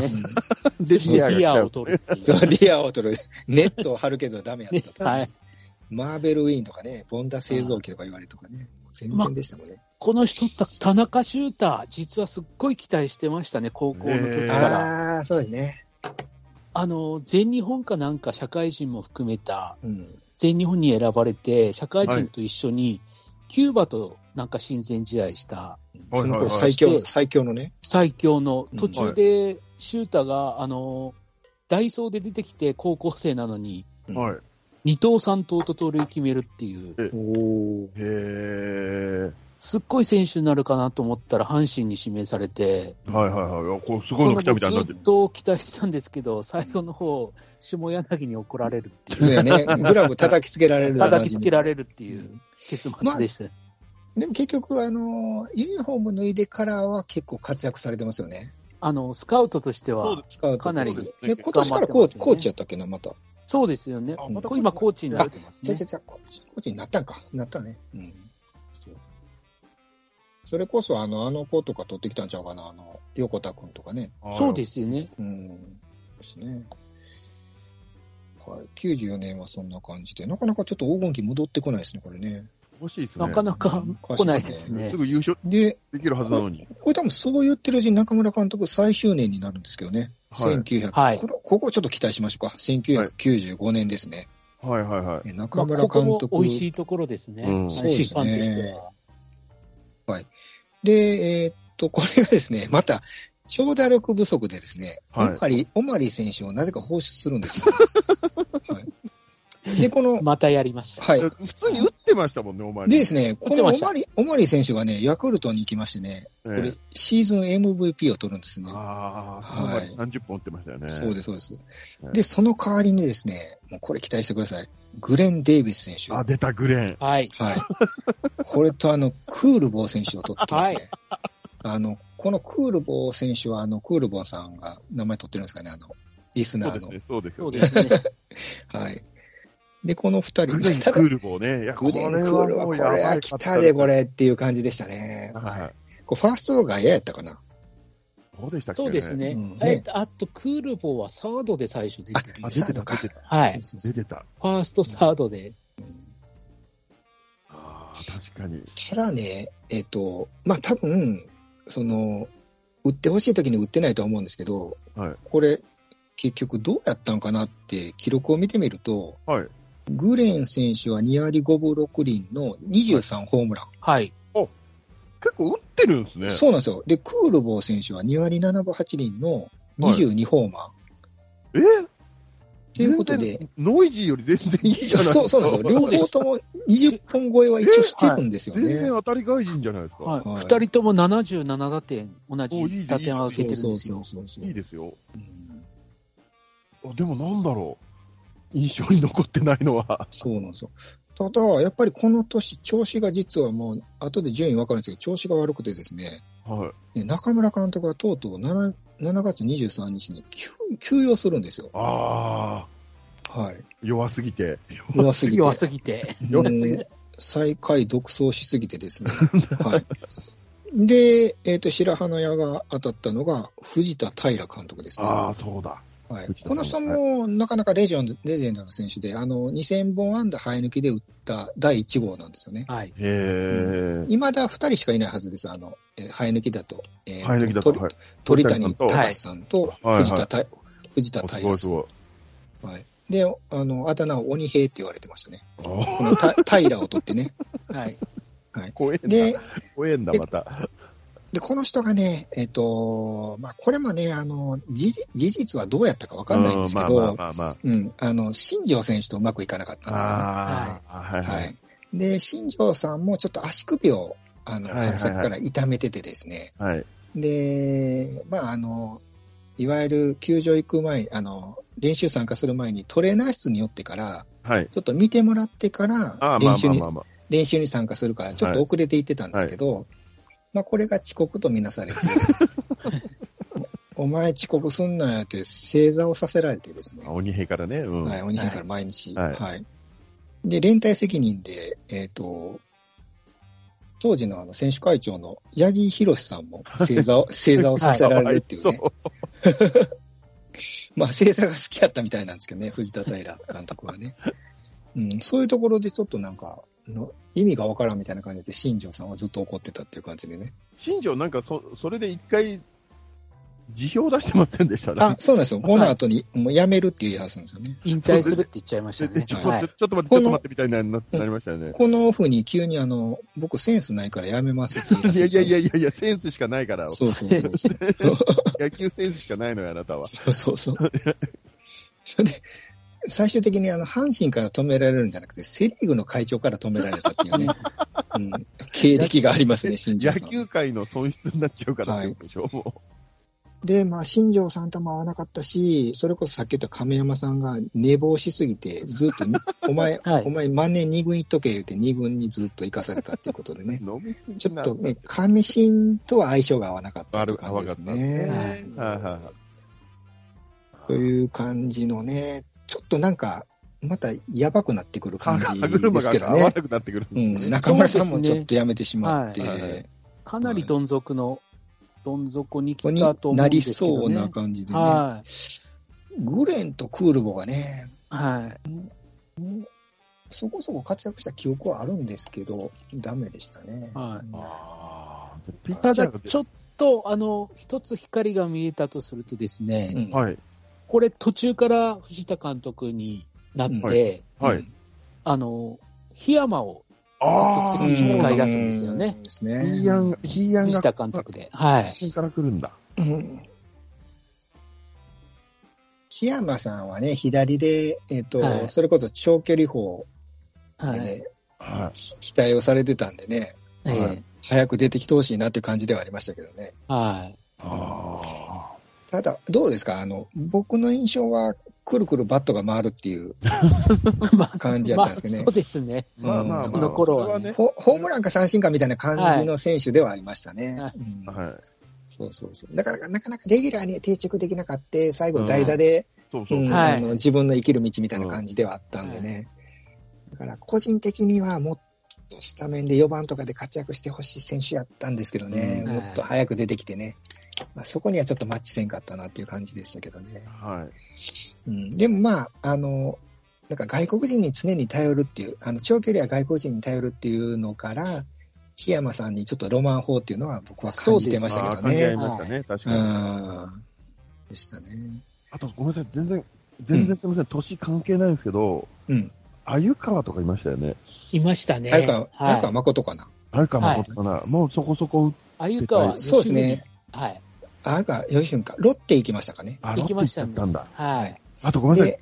[SPEAKER 1] で、
[SPEAKER 3] デ
[SPEAKER 1] シアが来
[SPEAKER 3] ィ
[SPEAKER 1] た
[SPEAKER 3] アを
[SPEAKER 1] よ
[SPEAKER 3] 取るってい
[SPEAKER 2] そう
[SPEAKER 3] う。
[SPEAKER 2] ディアを取る。ネットを張るけどダメやった と。
[SPEAKER 3] はい。
[SPEAKER 2] マーベルウィーンとかね、ボンダ製造機とか言われるとかね、全然でしたもんね。
[SPEAKER 3] この人た、田中修太、実はすっごい期待してましたね、高校の時
[SPEAKER 1] ま
[SPEAKER 3] から。
[SPEAKER 2] ああー、そうですね。
[SPEAKER 3] あの、全日本かなんか社会人も含めた、
[SPEAKER 2] うん。
[SPEAKER 3] 全日本に選ばれて、社会人と一緒に、キューバとなんか親善試合した、
[SPEAKER 1] はいはいはい
[SPEAKER 2] その最強、最強のね。
[SPEAKER 3] 最強の
[SPEAKER 2] うん
[SPEAKER 3] 途中で、シュータが、あの、ダイソーで出てきて高校生なのに、
[SPEAKER 1] はい。
[SPEAKER 3] 二投三投と盗塁決めるっていう、
[SPEAKER 2] おお。
[SPEAKER 1] へえ。
[SPEAKER 3] すっごい選手になるかなと思ったら、阪神に指名されて、
[SPEAKER 1] はいはいはいあ。こうすごいの来たみたいになって
[SPEAKER 3] ずっと期待してたんですけど、最後の方、下柳に怒られるって
[SPEAKER 2] そう
[SPEAKER 3] いう、
[SPEAKER 2] やね。グラブ叩きつけられ る
[SPEAKER 3] 叩きつけられ
[SPEAKER 2] る。
[SPEAKER 3] るっていう結末でした。
[SPEAKER 2] でも結局、あの、ユニフォーム脱いでからは結構活躍されてますよね。
[SPEAKER 3] あの、スカウトとして
[SPEAKER 1] そう
[SPEAKER 3] は
[SPEAKER 1] で、
[SPEAKER 2] スカウトと
[SPEAKER 3] かなり
[SPEAKER 2] してで、今年からコーチ、コーチやったっけな、また。
[SPEAKER 3] そうですよね。
[SPEAKER 1] あ。
[SPEAKER 2] また
[SPEAKER 3] こう今、コーチになってます
[SPEAKER 2] 違う
[SPEAKER 3] ね
[SPEAKER 2] 違う。違う、コーチ、コーチになったんか。なったね。うん。そうそれこそ、あの、あの子とか取ってきたんちゃうかな、あの、横田くんとかね。
[SPEAKER 3] そうですすよね。
[SPEAKER 2] うん。ですね。はい。94年はそんな感じで、なかなかちょっと黄金期戻ってこないですね、これね。
[SPEAKER 1] 欲しいですね。
[SPEAKER 3] なかなか来ないですね
[SPEAKER 1] す。ぐ優勝
[SPEAKER 2] で、
[SPEAKER 1] できるはずなのに。
[SPEAKER 2] これ多分そう言ってるうちに中村監督最終年になるんですけどね。
[SPEAKER 1] はい
[SPEAKER 2] 1900、
[SPEAKER 3] はい
[SPEAKER 2] これここちょっと期待しましょうか。1995年ですね。
[SPEAKER 1] はいはいはい。
[SPEAKER 2] え
[SPEAKER 3] ま
[SPEAKER 2] 中
[SPEAKER 3] あ、
[SPEAKER 2] 村
[SPEAKER 3] ここ
[SPEAKER 2] 監
[SPEAKER 3] も
[SPEAKER 2] 督。
[SPEAKER 3] 美味しいところですね。
[SPEAKER 1] うん
[SPEAKER 3] はい
[SPEAKER 2] そうですね
[SPEAKER 3] 審判としては。
[SPEAKER 2] で、えーっと、これがですね、 また、長打力不足でですね、
[SPEAKER 1] はい
[SPEAKER 2] オマリ、オマリ選手をなぜか放出するんで すよ。はい、で、この、
[SPEAKER 3] またやりました。
[SPEAKER 2] はい。
[SPEAKER 1] 普通に打ってましたもんね、お前。
[SPEAKER 2] でですね、この
[SPEAKER 3] 打ってま
[SPEAKER 2] オ
[SPEAKER 3] した
[SPEAKER 2] マリ、オマリ選手がね、ヤクルトに行きましてね、
[SPEAKER 1] え
[SPEAKER 2] こ
[SPEAKER 1] え
[SPEAKER 2] れ、シーズン MVP を取るんですね。
[SPEAKER 1] ああ、その
[SPEAKER 2] はい
[SPEAKER 1] 前に30本打ってましたよね。。
[SPEAKER 2] そうですす、そうです。
[SPEAKER 1] はい
[SPEAKER 2] で、その代わりにですね、もうこれ期待してください。グレン・デイビス選手。
[SPEAKER 1] あ、
[SPEAKER 2] はい。
[SPEAKER 1] 出た、グレーン。
[SPEAKER 3] はい。
[SPEAKER 2] これとあの、クールボー選手を取ってきますね。あの、このクールボー選手は、あの、クールボーさんが名前取ってるんですかね、あの、リス
[SPEAKER 1] そう
[SPEAKER 2] ナ
[SPEAKER 1] で
[SPEAKER 2] ー
[SPEAKER 1] す
[SPEAKER 2] の。
[SPEAKER 1] ね、そうです
[SPEAKER 3] そ
[SPEAKER 1] よ
[SPEAKER 3] う
[SPEAKER 1] ね
[SPEAKER 3] で。すね。
[SPEAKER 2] はい。で、この二
[SPEAKER 1] グ
[SPEAKER 2] 人
[SPEAKER 1] レ、ンク
[SPEAKER 2] ただ
[SPEAKER 1] ールもね、いや、
[SPEAKER 2] グ
[SPEAKER 1] こ
[SPEAKER 2] デ
[SPEAKER 1] れ
[SPEAKER 2] ンク
[SPEAKER 1] は
[SPEAKER 2] ールは
[SPEAKER 1] も
[SPEAKER 2] こ
[SPEAKER 1] う
[SPEAKER 2] れ
[SPEAKER 1] やばい
[SPEAKER 2] は来たで、こ。れっていう感じでしたね。
[SPEAKER 1] はいはい。
[SPEAKER 2] こうファーストが嫌やったかな。
[SPEAKER 1] そうでしたっけ
[SPEAKER 3] そうです。ね
[SPEAKER 2] うん。
[SPEAKER 3] え
[SPEAKER 2] ね
[SPEAKER 3] っとあと、クールボーはサードで最初出てるん
[SPEAKER 1] あ、
[SPEAKER 3] で
[SPEAKER 1] 出
[SPEAKER 3] す。
[SPEAKER 1] てた、出てた。
[SPEAKER 3] はい。
[SPEAKER 2] そうそ
[SPEAKER 1] 出
[SPEAKER 2] う
[SPEAKER 1] てた。
[SPEAKER 3] ファースト、サードで。
[SPEAKER 1] ああ、確かに。
[SPEAKER 2] ただね、えっ、と、まあ多分、その、売ってほしい時に売ってないとは思うんですけど、
[SPEAKER 1] はい
[SPEAKER 2] これ、結局どうやったんかなって記録を見てみると、
[SPEAKER 1] はい。
[SPEAKER 2] グレン選手は2割5分6厘の23ホームラン。
[SPEAKER 3] はい。
[SPEAKER 1] 結構打ってるんですね。
[SPEAKER 2] そうなんですよ。で、クールボー選手は2割7分8厘の22ホーマー。
[SPEAKER 1] え
[SPEAKER 2] ということで、、
[SPEAKER 1] 全然ノイジーより全然いいじゃないですか。
[SPEAKER 2] そうそうなんですよ。両方とも20本超えは一応してるんですよ
[SPEAKER 1] 全
[SPEAKER 2] ね。
[SPEAKER 1] 然当たり外人じゃないですか。
[SPEAKER 3] はい。
[SPEAKER 2] はい
[SPEAKER 3] 二人とも77打点、同
[SPEAKER 1] おいい
[SPEAKER 3] じ
[SPEAKER 1] ね
[SPEAKER 3] 打点を挙
[SPEAKER 2] そ
[SPEAKER 3] げて
[SPEAKER 2] う
[SPEAKER 3] るん
[SPEAKER 2] そう
[SPEAKER 3] です
[SPEAKER 2] そ
[SPEAKER 3] よ
[SPEAKER 2] う。そうそう。
[SPEAKER 1] いいですよ。
[SPEAKER 2] うん
[SPEAKER 1] あでもなんだろう。印象に残ってないのは。
[SPEAKER 2] そうなんですよ。ただ、やっぱりこの年、調子が実はもう、後で順位分かるんですけど、調子が悪くてですね、
[SPEAKER 1] はい。
[SPEAKER 2] ね中村監督はとうとう 7, 7月23日に休休養するんですよ。
[SPEAKER 1] ああ、
[SPEAKER 2] はい。
[SPEAKER 1] 弱すぎて。
[SPEAKER 2] 弱すぎて。
[SPEAKER 3] 弱すぎて。
[SPEAKER 1] 弱すぎ
[SPEAKER 2] うん最下位独走しすぎてで すね。はい。で、えっ、と、白羽の矢が当たったのが、藤田平監督ですね。
[SPEAKER 1] ああ、そうだ。
[SPEAKER 2] はい、
[SPEAKER 1] 藤田さ
[SPEAKER 2] こ
[SPEAKER 1] ん
[SPEAKER 2] の人もなかなかレジェンドレジェンドの選手で、あの2000本安打生え抜きで打った第1号なんですよね。
[SPEAKER 3] はい。
[SPEAKER 1] へえ。
[SPEAKER 2] いまだ2人しかいないはずです、あのえー生え抜きだと。えー
[SPEAKER 1] 生え抜きだと。
[SPEAKER 2] 鳥
[SPEAKER 1] はい。
[SPEAKER 2] 鳥谷
[SPEAKER 1] 鳥谷
[SPEAKER 3] さんと
[SPEAKER 2] 隆さんと
[SPEAKER 1] はい
[SPEAKER 2] 藤田太藤田
[SPEAKER 1] おす
[SPEAKER 2] 太
[SPEAKER 1] ご
[SPEAKER 2] 陽
[SPEAKER 1] いすごい。
[SPEAKER 2] はい。で、あの、あだ名を鬼平って言われてましたね。
[SPEAKER 1] あー
[SPEAKER 2] このた 平を取っ てね。
[SPEAKER 3] はい。
[SPEAKER 1] 怖えん
[SPEAKER 2] で
[SPEAKER 1] だ。、怖えんだ、また。
[SPEAKER 2] で、この人がね、えっ、と、まあ、これもね、あの、事実事実はどうやったかわかんないんですけ
[SPEAKER 1] うまあ
[SPEAKER 2] ど、
[SPEAKER 1] まあまあ
[SPEAKER 2] うん、あの、新庄選手とうまくいかなかったん
[SPEAKER 1] ま
[SPEAKER 2] ですよね。
[SPEAKER 1] あ。ああ、はい
[SPEAKER 2] は
[SPEAKER 1] はい。
[SPEAKER 2] い。で、新庄さんもちょっと足首を、あの、
[SPEAKER 1] はいはいはい
[SPEAKER 2] 春先から痛めててですね。
[SPEAKER 1] はい。
[SPEAKER 2] で、まあ、あの、いわゆる球場行く前、あの、練習参加する前にトレーナー室に寄ってから、
[SPEAKER 1] はい。
[SPEAKER 2] ちょっと見てもらってから
[SPEAKER 1] ああ、、まあ
[SPEAKER 2] 練習に
[SPEAKER 1] まあ、まあま
[SPEAKER 2] 練習に参加するから、ちょっと遅れて行ってたんですけど、まあ、これが遅刻とみなさ れて、お前遅刻すんなよって正座をさせられてですね
[SPEAKER 1] あ。。鬼兵からね。うん。
[SPEAKER 2] はい、
[SPEAKER 1] は
[SPEAKER 2] 鬼平から毎日。
[SPEAKER 1] は
[SPEAKER 2] はいい。で、連帯責任で、えっ、と、当時のあの選手会長の八木宏さんも正 座を、正座をさせられるっていうね。まあ、正座が好きやったみたいなんですけどね、藤田平監督はね。うん、そういうところでちょっとなんか、の意味がわからんみたいな感じで、新庄さんはずっと怒ってたっていう感じでね。
[SPEAKER 1] 新庄なんかそ、それで一回、辞表出してませんでしたね。
[SPEAKER 2] あ、そうなんですよ。この後に、もう辞めるって言い出すんですよね。
[SPEAKER 3] 引退するって言っちゃいまし
[SPEAKER 1] で
[SPEAKER 3] た
[SPEAKER 1] で
[SPEAKER 3] ね
[SPEAKER 1] ちょ。
[SPEAKER 3] はい
[SPEAKER 1] ちょ。ちょっと待って、ちょっと待ってみたいになななりましたよね。
[SPEAKER 2] このオフに急にあの、僕センスないから辞めますって言い出
[SPEAKER 1] い
[SPEAKER 2] すん
[SPEAKER 1] や
[SPEAKER 2] で
[SPEAKER 1] い
[SPEAKER 2] すよ
[SPEAKER 1] やいやいやいや、センスしかないから、
[SPEAKER 2] そうそうそうそう。
[SPEAKER 1] 野球センスしかないのよ、あなたは。
[SPEAKER 2] そうそうそう。それで、最終的にあの、阪神から止められるんじゃなくて、セリーグの会長から止められたっていう ね、うん、経歴がありますね、新庄
[SPEAKER 1] 野
[SPEAKER 2] さん
[SPEAKER 1] 球。界の損失になっちゃうからってことでしょ、も
[SPEAKER 2] で、まあ、新庄さんとも合わなかったし、それこそさっき言った亀山さんが寝坊しすぎて、ず っとに、お前、
[SPEAKER 3] はい
[SPEAKER 2] お前、万年二軍行っとけ言うて二軍にずっと行かされたっていうことでね。
[SPEAKER 1] う。飲みす
[SPEAKER 2] ち
[SPEAKER 1] ぎ
[SPEAKER 2] ょ
[SPEAKER 1] な
[SPEAKER 2] っとね、上新とは相性が合わなかったって
[SPEAKER 1] 悪くわ
[SPEAKER 2] いう感じで
[SPEAKER 1] かっ
[SPEAKER 2] す
[SPEAKER 1] た
[SPEAKER 2] ね。
[SPEAKER 1] ね。
[SPEAKER 2] は
[SPEAKER 1] はいいはいはい
[SPEAKER 2] という感じのね、ちょっとなんか、またやばくなってくる感
[SPEAKER 1] 歯
[SPEAKER 2] じ
[SPEAKER 1] 歯車
[SPEAKER 2] ですけ
[SPEAKER 1] が
[SPEAKER 2] ど
[SPEAKER 1] 合わな
[SPEAKER 2] ね。
[SPEAKER 1] くなってくるん
[SPEAKER 2] う
[SPEAKER 1] で
[SPEAKER 2] ん、
[SPEAKER 1] すね。
[SPEAKER 2] 中村さんもちょっとやめてしまって、
[SPEAKER 1] そうですねはいはい
[SPEAKER 3] かなりどん底の、どん底に
[SPEAKER 2] ここ
[SPEAKER 3] 来
[SPEAKER 2] に
[SPEAKER 3] たと思う
[SPEAKER 2] なん
[SPEAKER 3] で
[SPEAKER 2] り
[SPEAKER 3] すけど、ね。
[SPEAKER 2] そうな感じでね。
[SPEAKER 3] はい。
[SPEAKER 2] グレンとクールボがね、
[SPEAKER 3] はい。
[SPEAKER 2] そこそこ活躍した記憶はあるんですけど、ダメでしたね。
[SPEAKER 3] は
[SPEAKER 1] あーピッ
[SPEAKER 3] た
[SPEAKER 1] チャ
[SPEAKER 3] だ、
[SPEAKER 1] ーが
[SPEAKER 3] ちょっと、あの、一つ光が見えたとするとですね、
[SPEAKER 2] うん
[SPEAKER 1] はい、
[SPEAKER 3] これ途中から藤田監督になって、
[SPEAKER 2] は
[SPEAKER 1] はい。
[SPEAKER 3] あの、檜山を
[SPEAKER 1] あ
[SPEAKER 3] 積極的に使い
[SPEAKER 1] あ、
[SPEAKER 3] 出すんですよね
[SPEAKER 2] うんですね
[SPEAKER 1] ヒーアンが、ヒーアン
[SPEAKER 3] 藤
[SPEAKER 1] が、
[SPEAKER 3] 田監督で、はい。
[SPEAKER 1] から来るんだ。
[SPEAKER 2] うん木山さんはね、左で、えっ、と、
[SPEAKER 3] はい
[SPEAKER 2] それこそ長距離砲
[SPEAKER 3] は
[SPEAKER 2] で
[SPEAKER 3] い。
[SPEAKER 2] ね、
[SPEAKER 1] は
[SPEAKER 2] き期待をされてたんでね、
[SPEAKER 3] ええ
[SPEAKER 2] 早く出てきてほしいなっていう感じではありましたけどね。
[SPEAKER 3] はい。
[SPEAKER 1] い。あ
[SPEAKER 2] ただ、どうですかあの、僕の印象は、くるくるバットが回るっていう
[SPEAKER 3] まあ
[SPEAKER 2] 感じやっ
[SPEAKER 3] まあ、
[SPEAKER 2] たんですけどね。
[SPEAKER 3] そうですね。
[SPEAKER 1] ーまあまあまあ、
[SPEAKER 3] その頃はね
[SPEAKER 1] そ
[SPEAKER 2] ホホームランか三振かみたいな感じの選手ではありましたね。
[SPEAKER 3] はい
[SPEAKER 2] うん
[SPEAKER 1] れはね。はい。
[SPEAKER 2] そうそうそう。だから、なかなかレギュラーに定着できなかった、最後代打で
[SPEAKER 1] そうそうう。
[SPEAKER 2] ん
[SPEAKER 4] はい
[SPEAKER 2] あの自分の生きる道みたいな感じではあったんでね。だから個人的にはもっとスタメンで4番とかで活躍してほしい選手やったんですけどね、
[SPEAKER 3] うん
[SPEAKER 2] もっと早く出てきてね、まあ、そこにはちょっとマッチせんかったなっていう感じでしたけどね。
[SPEAKER 1] はい。
[SPEAKER 2] うん、でもまあ、あの、なんか外国人に常に頼るっていう、あの長距離は外国人に頼るっていうのから、檜山さんにちょっとロマン法っていうのは僕は感じてましたけど
[SPEAKER 1] あー感じ合い
[SPEAKER 2] ね。
[SPEAKER 1] ましたね、確
[SPEAKER 2] う
[SPEAKER 1] かに。
[SPEAKER 2] ん。でしたね。
[SPEAKER 1] あと、ごめんなさい、全然、全然すみません、年関係ないんですけど、
[SPEAKER 2] うん。
[SPEAKER 1] 鮎川とかいましたよね。
[SPEAKER 3] いましたね。
[SPEAKER 2] あゆか、あゆか
[SPEAKER 3] は
[SPEAKER 2] 誠かな。
[SPEAKER 1] 鮎川誠かな、もうそこそこ、
[SPEAKER 3] い。あゆかは、
[SPEAKER 2] そうですね。
[SPEAKER 3] はい。
[SPEAKER 2] あゆか、よしゅんか。ロッテ行きましたかね。
[SPEAKER 1] あ、ロッ
[SPEAKER 3] 行き
[SPEAKER 1] テ
[SPEAKER 3] ま
[SPEAKER 1] 行っ
[SPEAKER 3] し
[SPEAKER 1] ち
[SPEAKER 3] た
[SPEAKER 1] ゃっ
[SPEAKER 3] ね
[SPEAKER 1] たんだ。
[SPEAKER 3] はい。
[SPEAKER 1] あと、ごめんなさい。
[SPEAKER 2] で、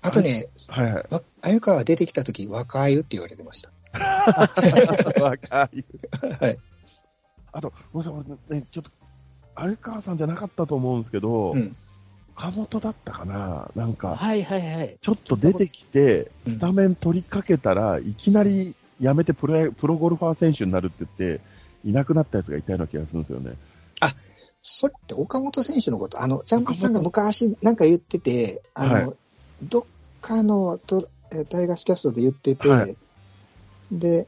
[SPEAKER 2] あとね、
[SPEAKER 1] はいはい。
[SPEAKER 2] わあゆかは出てきた時若あゆって言われてました。
[SPEAKER 1] 若い。
[SPEAKER 2] はい。
[SPEAKER 1] あと、ごめんなさい、俺ね、ちょっと、鮎川さんじゃなかったと思うんですけど、
[SPEAKER 2] うん
[SPEAKER 1] 岡本だったかななんか、
[SPEAKER 3] はいはいはい。
[SPEAKER 1] ちょっと出てきて、
[SPEAKER 2] うん
[SPEAKER 1] スタメン取りかけたら、いきなり辞めてプロプロゴルファー選手になるって言って、いなくなったやつがいたような気がするんですよね。
[SPEAKER 2] それって岡本選手のこと、あの、ジャンプさんが昔なんか言ってて、あの、
[SPEAKER 1] はい
[SPEAKER 2] どっかのとえタイガースキャストで言ってて、
[SPEAKER 1] はい
[SPEAKER 2] で、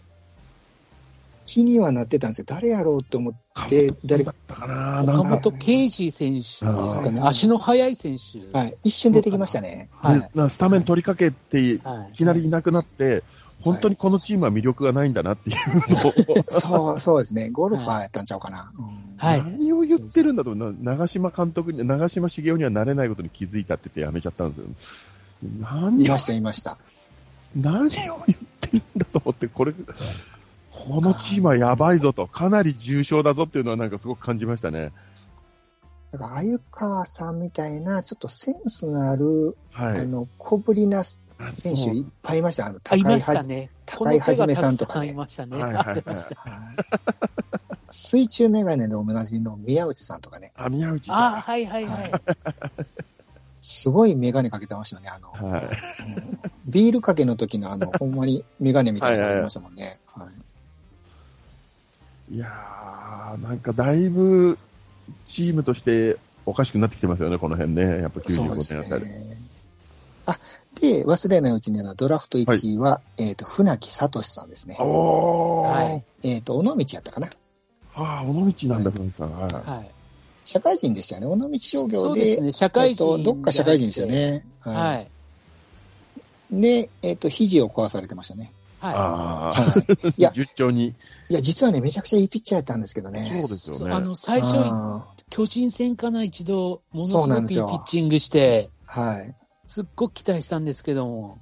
[SPEAKER 2] 気にはなってたんですけど、誰やろうと思って、
[SPEAKER 1] 岡
[SPEAKER 2] で
[SPEAKER 1] 本
[SPEAKER 2] 誰
[SPEAKER 1] だったかなな
[SPEAKER 3] 岡
[SPEAKER 1] んか、
[SPEAKER 3] 本圭司選手ですかね。
[SPEAKER 2] あー
[SPEAKER 3] 足の速い選手。
[SPEAKER 2] は。い、一瞬出てきましたね。
[SPEAKER 3] は
[SPEAKER 1] で
[SPEAKER 3] い。
[SPEAKER 1] なスタメン取りかけて、
[SPEAKER 3] はい
[SPEAKER 1] いきなりいなくなって、本当にこのチームは魅力がないんだなっていうのを、
[SPEAKER 2] そう、そうですね。ゴルファーやったんちゃうかな。うん
[SPEAKER 3] はい。
[SPEAKER 1] 何を言ってるんだと、な長嶋監督に、長嶋茂雄にはなれないことに気づいたって言ってやめちゃったんですよ。何
[SPEAKER 2] い
[SPEAKER 1] を
[SPEAKER 2] ま、した、いました。
[SPEAKER 1] 何を言ってるんだと思って、これ、このチームはやばいぞと、かなり重症だぞっていうのはなんかすごく感じましたね。
[SPEAKER 2] だから、鮎川さんみたいな、ちょっとセンスのある、
[SPEAKER 1] は
[SPEAKER 2] あ
[SPEAKER 1] い。
[SPEAKER 2] の、小ぶりな
[SPEAKER 1] あ
[SPEAKER 2] 選手
[SPEAKER 1] そう
[SPEAKER 2] いっぱいいました。あの、
[SPEAKER 3] あ、い
[SPEAKER 2] 高
[SPEAKER 3] ま
[SPEAKER 2] い
[SPEAKER 3] し
[SPEAKER 2] は
[SPEAKER 3] た
[SPEAKER 2] じ、
[SPEAKER 3] ね。こ
[SPEAKER 2] 高
[SPEAKER 3] の
[SPEAKER 2] い
[SPEAKER 3] 手
[SPEAKER 2] はじ
[SPEAKER 3] が
[SPEAKER 2] め
[SPEAKER 3] た
[SPEAKER 2] さ
[SPEAKER 3] く
[SPEAKER 2] んとか
[SPEAKER 3] さんい
[SPEAKER 2] ね。
[SPEAKER 3] ましたね。
[SPEAKER 1] はいはいはい
[SPEAKER 2] 水中メガネでおなじみの宮内さんとかね。
[SPEAKER 1] あ、宮内
[SPEAKER 3] あー、
[SPEAKER 1] だ。
[SPEAKER 3] はいはいはい。
[SPEAKER 2] すごいメガネかけてましたよね、あの。
[SPEAKER 1] はい。
[SPEAKER 2] うんビールかけの時 のあの、ほんまにメガネみたいなのありましたもんね。はい
[SPEAKER 1] いやー、なんかだいぶチームとしておかしくなってきてますよね、この辺ね。やっぱ
[SPEAKER 2] そう
[SPEAKER 1] 95
[SPEAKER 2] です
[SPEAKER 1] 年あたり。
[SPEAKER 2] ね。あ、で、忘れないうちにあの、ドラフト1位は、えっと、船木聡さんですね。
[SPEAKER 1] おー、
[SPEAKER 3] はい
[SPEAKER 2] えっと、尾道やったかな。
[SPEAKER 1] ああ、尾道なんだ、フランさん。はい。
[SPEAKER 3] はい。
[SPEAKER 2] 社会人でしたよね。尾道商
[SPEAKER 3] そ
[SPEAKER 2] 業
[SPEAKER 3] うです
[SPEAKER 2] で、
[SPEAKER 3] ね。社
[SPEAKER 2] え
[SPEAKER 3] 会
[SPEAKER 2] っと、
[SPEAKER 3] 人。
[SPEAKER 2] どっか社会人ですよ。ね。
[SPEAKER 3] はいい。
[SPEAKER 2] で、えっと、肘を壊されてましたね。
[SPEAKER 3] は
[SPEAKER 1] ああ、
[SPEAKER 2] はい。い
[SPEAKER 1] いや、
[SPEAKER 2] や
[SPEAKER 1] 順調に。
[SPEAKER 2] いや、実はね、めちゃくちゃいいピッチャーやったんですけどね。
[SPEAKER 1] そうで
[SPEAKER 3] い。
[SPEAKER 1] すよ
[SPEAKER 3] そう
[SPEAKER 1] ね。
[SPEAKER 3] あの、最初、
[SPEAKER 2] あ
[SPEAKER 3] 巨人戦かな、一度、ものす
[SPEAKER 2] そ
[SPEAKER 3] ご
[SPEAKER 2] うな
[SPEAKER 3] くい
[SPEAKER 2] ん
[SPEAKER 3] い
[SPEAKER 2] です
[SPEAKER 3] ピ
[SPEAKER 2] よ
[SPEAKER 3] ッチングして、
[SPEAKER 2] ーはい。
[SPEAKER 3] すっごく期待したんですけども、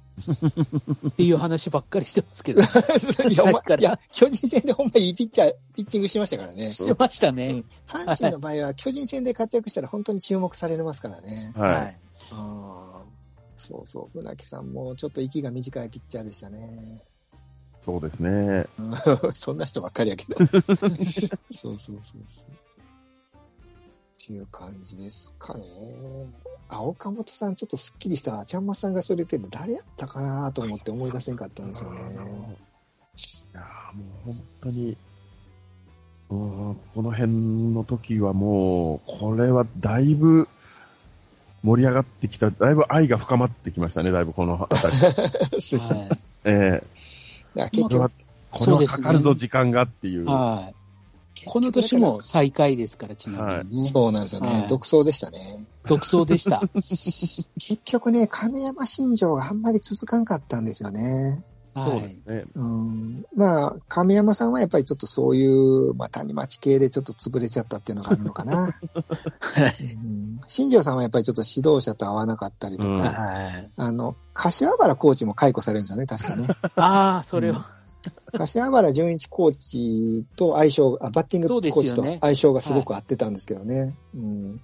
[SPEAKER 3] っていう話ばっかりしてますけど、し
[SPEAKER 2] いや、お
[SPEAKER 3] さっきか
[SPEAKER 2] 前
[SPEAKER 3] ら
[SPEAKER 2] いや、巨人戦でほんまいいピッチャー、ピッチングしてましたからね。
[SPEAKER 3] てました
[SPEAKER 2] う
[SPEAKER 3] ね
[SPEAKER 2] ん。阪神の場合は、巨人戦で活躍したら本当に注目されますからね。
[SPEAKER 1] は。
[SPEAKER 3] はいい。
[SPEAKER 2] あーそうそう、船木さんもちょっと息が短いピッチャーでしたね。
[SPEAKER 1] そうですね。
[SPEAKER 2] そんな人ばっかりやけ ど。そうそうそうそう。っていう感じですかね。あ、岡本さん、ちょっとスッキリしたら、ちゃんまさんがそれてて、誰やったかなと思って思い出せんかったんですよ
[SPEAKER 1] あーなるほど
[SPEAKER 2] ね。
[SPEAKER 1] いやーもう本当に、うーん、この辺の時はもう、これはだいぶ盛り上がってきた、だいぶ愛が深まってきましたね、だいぶこの 辺り。
[SPEAKER 2] そうそう
[SPEAKER 3] は
[SPEAKER 1] ええ
[SPEAKER 2] だから結
[SPEAKER 1] これ
[SPEAKER 2] 局
[SPEAKER 1] は、これ
[SPEAKER 3] そう
[SPEAKER 1] は
[SPEAKER 3] です
[SPEAKER 1] か
[SPEAKER 3] ね
[SPEAKER 1] かるぞ、時間がってい。
[SPEAKER 3] いうはい。この年も最下位ですから、ちなみにね。
[SPEAKER 2] そうなんですよね。
[SPEAKER 3] はい
[SPEAKER 2] 独走でしたね。
[SPEAKER 3] 独走でした。
[SPEAKER 2] 結局ね、金山新庄があんまり続かんかったんですよね。
[SPEAKER 1] そ
[SPEAKER 3] は
[SPEAKER 1] うで
[SPEAKER 3] い
[SPEAKER 1] す。ね。
[SPEAKER 2] うん、まあ、亀山さんはやっぱりちょっとそういう、まあ、谷町系でちょっと潰れちゃったっていうのがあるのか な。
[SPEAKER 3] はい
[SPEAKER 2] うん、新庄さんはやっぱりちょっと指導者と合わなかったりとか、
[SPEAKER 1] うん
[SPEAKER 3] はい。
[SPEAKER 2] あの、柏原コーチも解雇されるんですよね、確かね。
[SPEAKER 3] ああ、それは。
[SPEAKER 2] 柏原純一コーチと相性が、あバッティングコー
[SPEAKER 3] そうで
[SPEAKER 2] チ
[SPEAKER 3] すよ
[SPEAKER 2] と
[SPEAKER 3] ね
[SPEAKER 2] 相性がすごく合ってたんですけどね。うん、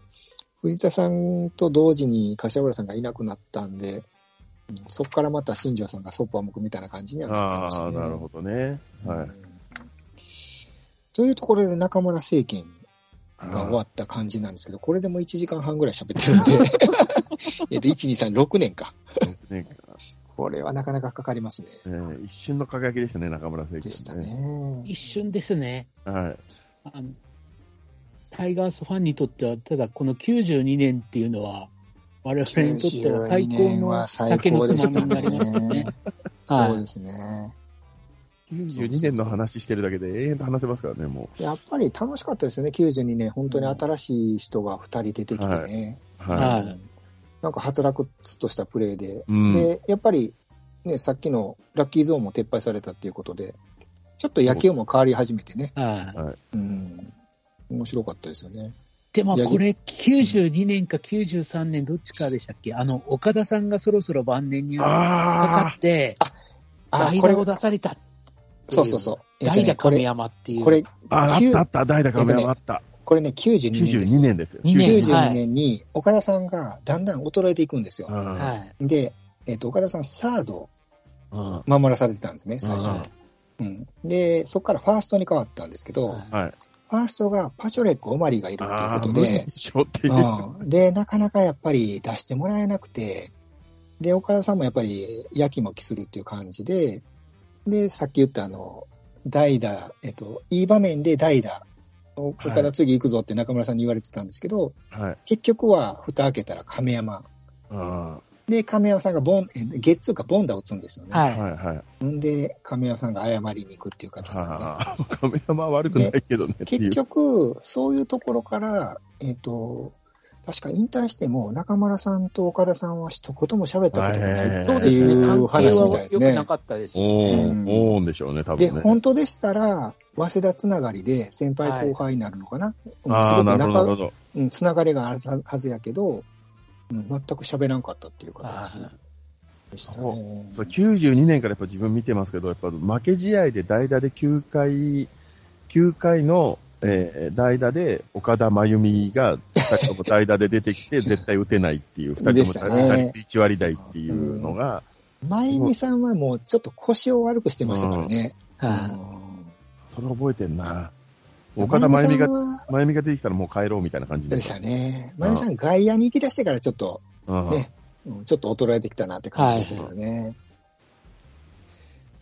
[SPEAKER 2] 藤田さんと同時に柏原さんがいなくなったんで、うんそこからまた新庄さんがそっぽを向くみたいな感じにはなって
[SPEAKER 1] あ
[SPEAKER 2] ました
[SPEAKER 1] あ、
[SPEAKER 2] ね。
[SPEAKER 1] なるほどね。は
[SPEAKER 2] う
[SPEAKER 1] い。
[SPEAKER 2] んというところで中村政権が終わ
[SPEAKER 1] あ
[SPEAKER 2] った感じなんですけど、これでもう1時間半ぐらい喋ってるん で、えっと、1、2、3、6年か。
[SPEAKER 1] ーね
[SPEAKER 2] これはなかなかかかりますね。
[SPEAKER 1] えー一瞬の輝きでしたね、中村聖
[SPEAKER 2] でした
[SPEAKER 1] 輝、
[SPEAKER 2] ね。。
[SPEAKER 3] 一瞬ですね。
[SPEAKER 1] はい。
[SPEAKER 3] あのタイガースファンにとっては、ただこの92年っていうのは、我々にとっては最高
[SPEAKER 2] 92年
[SPEAKER 3] の
[SPEAKER 2] は
[SPEAKER 3] 酒のつまみになりますよ
[SPEAKER 2] 最高で
[SPEAKER 3] ね
[SPEAKER 2] し。た
[SPEAKER 3] はい
[SPEAKER 2] そうですね。
[SPEAKER 1] 92年の話してるだけで永遠と話せますからね、も
[SPEAKER 2] やっぱり楽しかったですよね、92年。本当に新しい人が2人出てきてね。
[SPEAKER 1] う。
[SPEAKER 3] は
[SPEAKER 1] はい
[SPEAKER 3] い
[SPEAKER 2] なんか、はつらくつとしたプレーで。
[SPEAKER 1] い。うん。
[SPEAKER 2] で、やっぱり、ね、さっきのラッキーゾーンも撤廃されたっていうことで、ちょっと野球も変わり始めてね。
[SPEAKER 3] はい
[SPEAKER 2] うん。面白かったですよね。
[SPEAKER 3] でも
[SPEAKER 2] いや
[SPEAKER 3] これ、92年か93年、どっちかでしたっけあの、岡田さんがそろそろ晩年にかか
[SPEAKER 1] ああ
[SPEAKER 3] って、
[SPEAKER 2] あ、
[SPEAKER 3] 代
[SPEAKER 2] これ
[SPEAKER 3] 打を、出されたっていう。
[SPEAKER 2] そうそうそう。えっと
[SPEAKER 3] 代
[SPEAKER 2] ね
[SPEAKER 3] 打
[SPEAKER 2] こ
[SPEAKER 3] 亀
[SPEAKER 2] れ、
[SPEAKER 3] 山っていう。
[SPEAKER 2] これ、
[SPEAKER 1] ああったあった、代打亀山あった。
[SPEAKER 2] これね、92年です
[SPEAKER 1] 92。年ですよ。
[SPEAKER 3] 二年
[SPEAKER 1] 92
[SPEAKER 2] 92年に岡田さんがだんだん衰えていくんですよ。
[SPEAKER 1] は
[SPEAKER 3] はい。
[SPEAKER 2] で、えっと岡田さんサードを
[SPEAKER 1] い。うん
[SPEAKER 2] 守らされてたんですね、最初。
[SPEAKER 1] は
[SPEAKER 2] うん、で、そこからファーストに変わったんですけど、
[SPEAKER 3] はい
[SPEAKER 1] はい。
[SPEAKER 2] ファーストがパショレック・オマリーがいるってい
[SPEAKER 1] あ
[SPEAKER 2] うこ
[SPEAKER 1] あ、
[SPEAKER 2] と
[SPEAKER 1] 無理
[SPEAKER 2] で
[SPEAKER 1] で、しょっていう。
[SPEAKER 2] うん、で、なかなかやっぱり出してもらえなくて、で、岡田さんもやっぱりやきもきするっていう感じで、で、さっき言ったあの、代打、えっと、いい場面で代打、お岡田次行くぞって中村さんに言われてたんですけど、
[SPEAKER 1] はい。
[SPEAKER 2] 結局は蓋開けたら亀山。
[SPEAKER 1] あ
[SPEAKER 2] で、亀山さんがボン、えゲッツーかボンダを打つんですよね。
[SPEAKER 1] あ、
[SPEAKER 3] はい。
[SPEAKER 1] はいはい。
[SPEAKER 2] んで、亀山さんが謝りに行くっていう形ですよね。
[SPEAKER 1] ああ、亀山は悪くないけどねってい
[SPEAKER 2] 結
[SPEAKER 1] う。
[SPEAKER 2] 局、そういうところから、えっ、と、確か引退しても中村さんと岡田さんは一言も喋ったことがない
[SPEAKER 1] はい
[SPEAKER 3] そうです
[SPEAKER 2] って
[SPEAKER 3] ね。
[SPEAKER 2] い
[SPEAKER 3] 関
[SPEAKER 2] う
[SPEAKER 3] 係
[SPEAKER 2] 話みたい
[SPEAKER 3] は
[SPEAKER 2] です
[SPEAKER 3] 良く
[SPEAKER 2] ね
[SPEAKER 3] なかったです。
[SPEAKER 1] おー
[SPEAKER 2] うん
[SPEAKER 1] おーんでしょうね、多
[SPEAKER 2] で、
[SPEAKER 1] 分ね。
[SPEAKER 2] 本当でしたら、早稲田つながりで先輩後輩になるのかな、す
[SPEAKER 1] あ
[SPEAKER 2] ご
[SPEAKER 1] あ、な
[SPEAKER 2] く
[SPEAKER 1] るほど、なる
[SPEAKER 2] 仲
[SPEAKER 1] ほど。
[SPEAKER 2] うん、つながりがあるはずやけど、うん、全く喋らんかったっていう形
[SPEAKER 3] は
[SPEAKER 2] でしたね。
[SPEAKER 1] そう92年からやっぱ自分見てますけど、やっぱ負け試合で代打で9回、9回の、えー代打で岡田真由美が2人とも 代打で出てきて絶対打てないっていう、2
[SPEAKER 2] で
[SPEAKER 1] 人
[SPEAKER 2] し
[SPEAKER 1] と
[SPEAKER 2] た
[SPEAKER 1] も
[SPEAKER 2] ね
[SPEAKER 1] 打率1割台っていうのが、
[SPEAKER 2] 前見さんはもうちょっと腰を悪くしてましたからね。
[SPEAKER 3] は
[SPEAKER 1] それ覚えてんな。
[SPEAKER 2] うん
[SPEAKER 1] 岡田真由美が
[SPEAKER 2] 前見、さんは
[SPEAKER 1] 真由美が出てきたらもう帰ろうみたいな感じ
[SPEAKER 2] で
[SPEAKER 1] で
[SPEAKER 2] したね。前見さん外野に行き出してからちょっと、
[SPEAKER 1] うん
[SPEAKER 2] ねうんちょっと衰えてきたなって感じでしたけどね。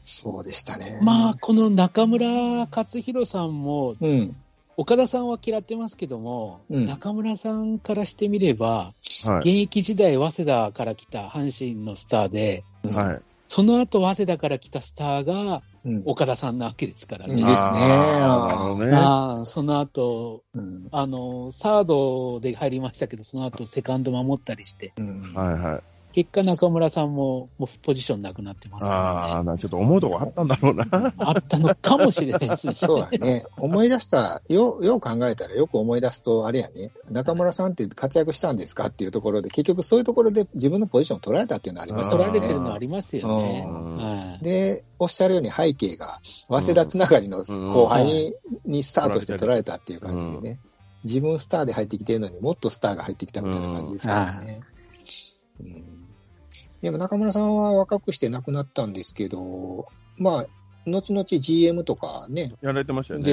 [SPEAKER 2] そうでしたね。
[SPEAKER 3] いまあ、、この中村克弘さんも、
[SPEAKER 2] うん。
[SPEAKER 3] 岡田さんは嫌ってますけども、
[SPEAKER 2] うん
[SPEAKER 3] 中村さんからしてみれば、
[SPEAKER 1] はい。
[SPEAKER 3] 現役時代、早稲田から来た阪神のスターで、
[SPEAKER 1] はい。
[SPEAKER 3] その後、早稲田から来たスターが
[SPEAKER 2] うん。
[SPEAKER 3] 岡田さんなわけですから
[SPEAKER 2] いい
[SPEAKER 3] ね。
[SPEAKER 2] ですね
[SPEAKER 1] あーなるほどね。
[SPEAKER 3] ああその後、
[SPEAKER 2] うん
[SPEAKER 3] あの、サードで入りましたけど、その後セカンド守ったりして、
[SPEAKER 2] うん
[SPEAKER 1] はいはい。
[SPEAKER 3] 結果中村さんももうポジションなくなってます
[SPEAKER 1] あ
[SPEAKER 3] か
[SPEAKER 1] あ、なちょっと思うとこあったんだろうな。
[SPEAKER 3] らね。あったのかもしれない ですね。
[SPEAKER 2] そうだね。思い出した、よ、よう考えたらよく思い出すと、あれやね、中村さんって活躍したんですかっていうところで、結局そういうところで自分のポジションを取られたっていうのはありました
[SPEAKER 3] 取
[SPEAKER 2] よ
[SPEAKER 3] ら
[SPEAKER 2] ね。
[SPEAKER 3] れてるのありますよね。
[SPEAKER 1] うん
[SPEAKER 3] はい
[SPEAKER 2] で、おっしゃるように背景が、早稲田つながりの後輩に,、にスターとして取られたっていう感じでね、自分スターで入ってきてるのにもっとスターが入ってきたみたいな感じですからね。うんでも中村さんは若くして亡くなったんですけど、まあ、後々 GM とかね、
[SPEAKER 1] やられてましたよね。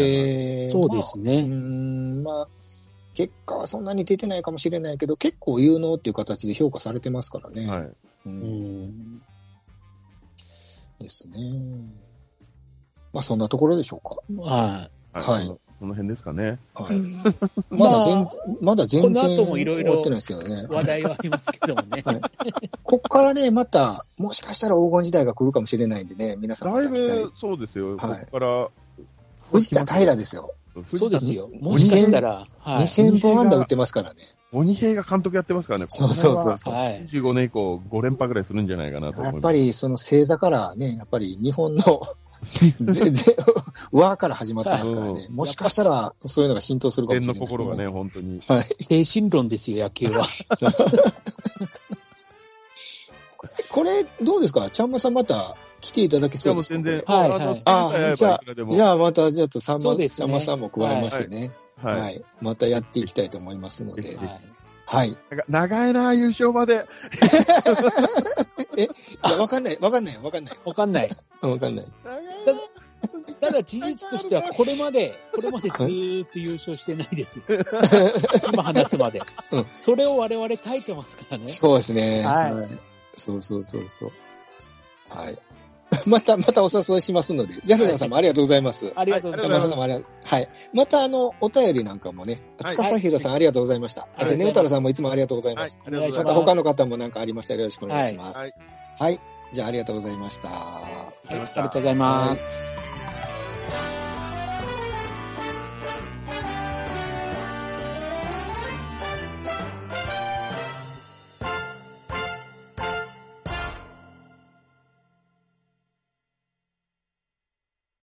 [SPEAKER 2] で、
[SPEAKER 3] そうです
[SPEAKER 2] まあう
[SPEAKER 3] ね。
[SPEAKER 2] ん、まあ、結果はそんなに出てないかもしれないけど、結構有能っていう形で評価されてますからね。
[SPEAKER 1] はい。
[SPEAKER 2] うん
[SPEAKER 3] うん
[SPEAKER 2] ですね。まあそんなところでしょう
[SPEAKER 3] はい
[SPEAKER 2] はい
[SPEAKER 1] そのその辺ですかね。
[SPEAKER 2] か。はい。 まだ全、まだ全然
[SPEAKER 3] この後もいろいろ
[SPEAKER 2] 終わってないですけどね。
[SPEAKER 3] 話題はありますけども ね。
[SPEAKER 2] はいこっからね、また、もしかしたら黄金時代が来るかもしれないんでね、皆さ
[SPEAKER 1] だ
[SPEAKER 2] んま
[SPEAKER 1] い
[SPEAKER 2] た期
[SPEAKER 1] ぶ
[SPEAKER 2] 待。、
[SPEAKER 1] そうですよ。
[SPEAKER 2] はい
[SPEAKER 1] ここから、
[SPEAKER 2] 藤田平ですよ。
[SPEAKER 3] そうです
[SPEAKER 1] よ。
[SPEAKER 3] よ。もしかしたら、はい。
[SPEAKER 2] 2000本安打打ってますからね。
[SPEAKER 1] 鬼平が監督やってますからね、
[SPEAKER 2] そうそうそう
[SPEAKER 1] これは
[SPEAKER 3] はい。
[SPEAKER 1] 25年以降、5連覇ぐらいするんじゃないかなと思
[SPEAKER 2] や
[SPEAKER 1] います。
[SPEAKER 2] っぱりその星座からね、やっぱり日 本のぜ、ぜ、和から始まってますからね
[SPEAKER 1] は。
[SPEAKER 2] もしかしたらそういうのが浸透するかも
[SPEAKER 1] 天
[SPEAKER 2] しれ
[SPEAKER 1] の
[SPEAKER 2] ない。
[SPEAKER 1] 心がね、。本当に。
[SPEAKER 2] はい。
[SPEAKER 3] 精神論ですよ、野球は。
[SPEAKER 2] これ、どうですかちゃんまさんまた来ていただけ
[SPEAKER 1] い
[SPEAKER 2] そ
[SPEAKER 1] や
[SPEAKER 2] うで
[SPEAKER 1] もう
[SPEAKER 2] すか
[SPEAKER 1] 全然、
[SPEAKER 3] はいはい
[SPEAKER 1] あの、スキルさえ合えばいくらでも。
[SPEAKER 2] じゃあまた、じゃあちょっとさん
[SPEAKER 3] そ
[SPEAKER 2] ま、
[SPEAKER 3] うですね
[SPEAKER 2] さんまさんも加えましてね、はい、
[SPEAKER 1] はい。
[SPEAKER 2] またやっていきたいと思いますので
[SPEAKER 1] ぜ。
[SPEAKER 3] はい
[SPEAKER 2] はい。い
[SPEAKER 1] なんか長いな、優勝まで。
[SPEAKER 2] や、わかんない、わかんない、わかんない。
[SPEAKER 3] わかんない。
[SPEAKER 2] わかんない。
[SPEAKER 1] 長いな
[SPEAKER 3] ただただ事実としては、これまで、これまでずーっと優勝してないです よ。今話すまで
[SPEAKER 2] うん。
[SPEAKER 3] それを我々書いてますからね。
[SPEAKER 2] そうですね。
[SPEAKER 3] はい
[SPEAKER 2] い。そうそうそうそう。はい。 また、またお誘いしますので、ジャルジャルさんもありがとうございます。
[SPEAKER 3] ありがとうござ
[SPEAKER 2] ジ
[SPEAKER 3] いま
[SPEAKER 2] ャマ
[SPEAKER 3] す
[SPEAKER 2] さ。んもありがはい。また、あの、お便りなんかもね、
[SPEAKER 1] はい
[SPEAKER 2] つかさひろさんありがとうございました。
[SPEAKER 1] い
[SPEAKER 2] あと、ネオ太郎さんもいつもありがとうござい
[SPEAKER 1] は
[SPEAKER 2] ま
[SPEAKER 1] い
[SPEAKER 2] す。、
[SPEAKER 1] ありがとうござ
[SPEAKER 2] ま
[SPEAKER 1] い
[SPEAKER 2] た、
[SPEAKER 1] ます。
[SPEAKER 2] 他の方もなんかありましたらよろしくお願いしま
[SPEAKER 1] はい
[SPEAKER 2] す。はい。じゃあ、ありがとうございました。
[SPEAKER 3] はいありがとうございます。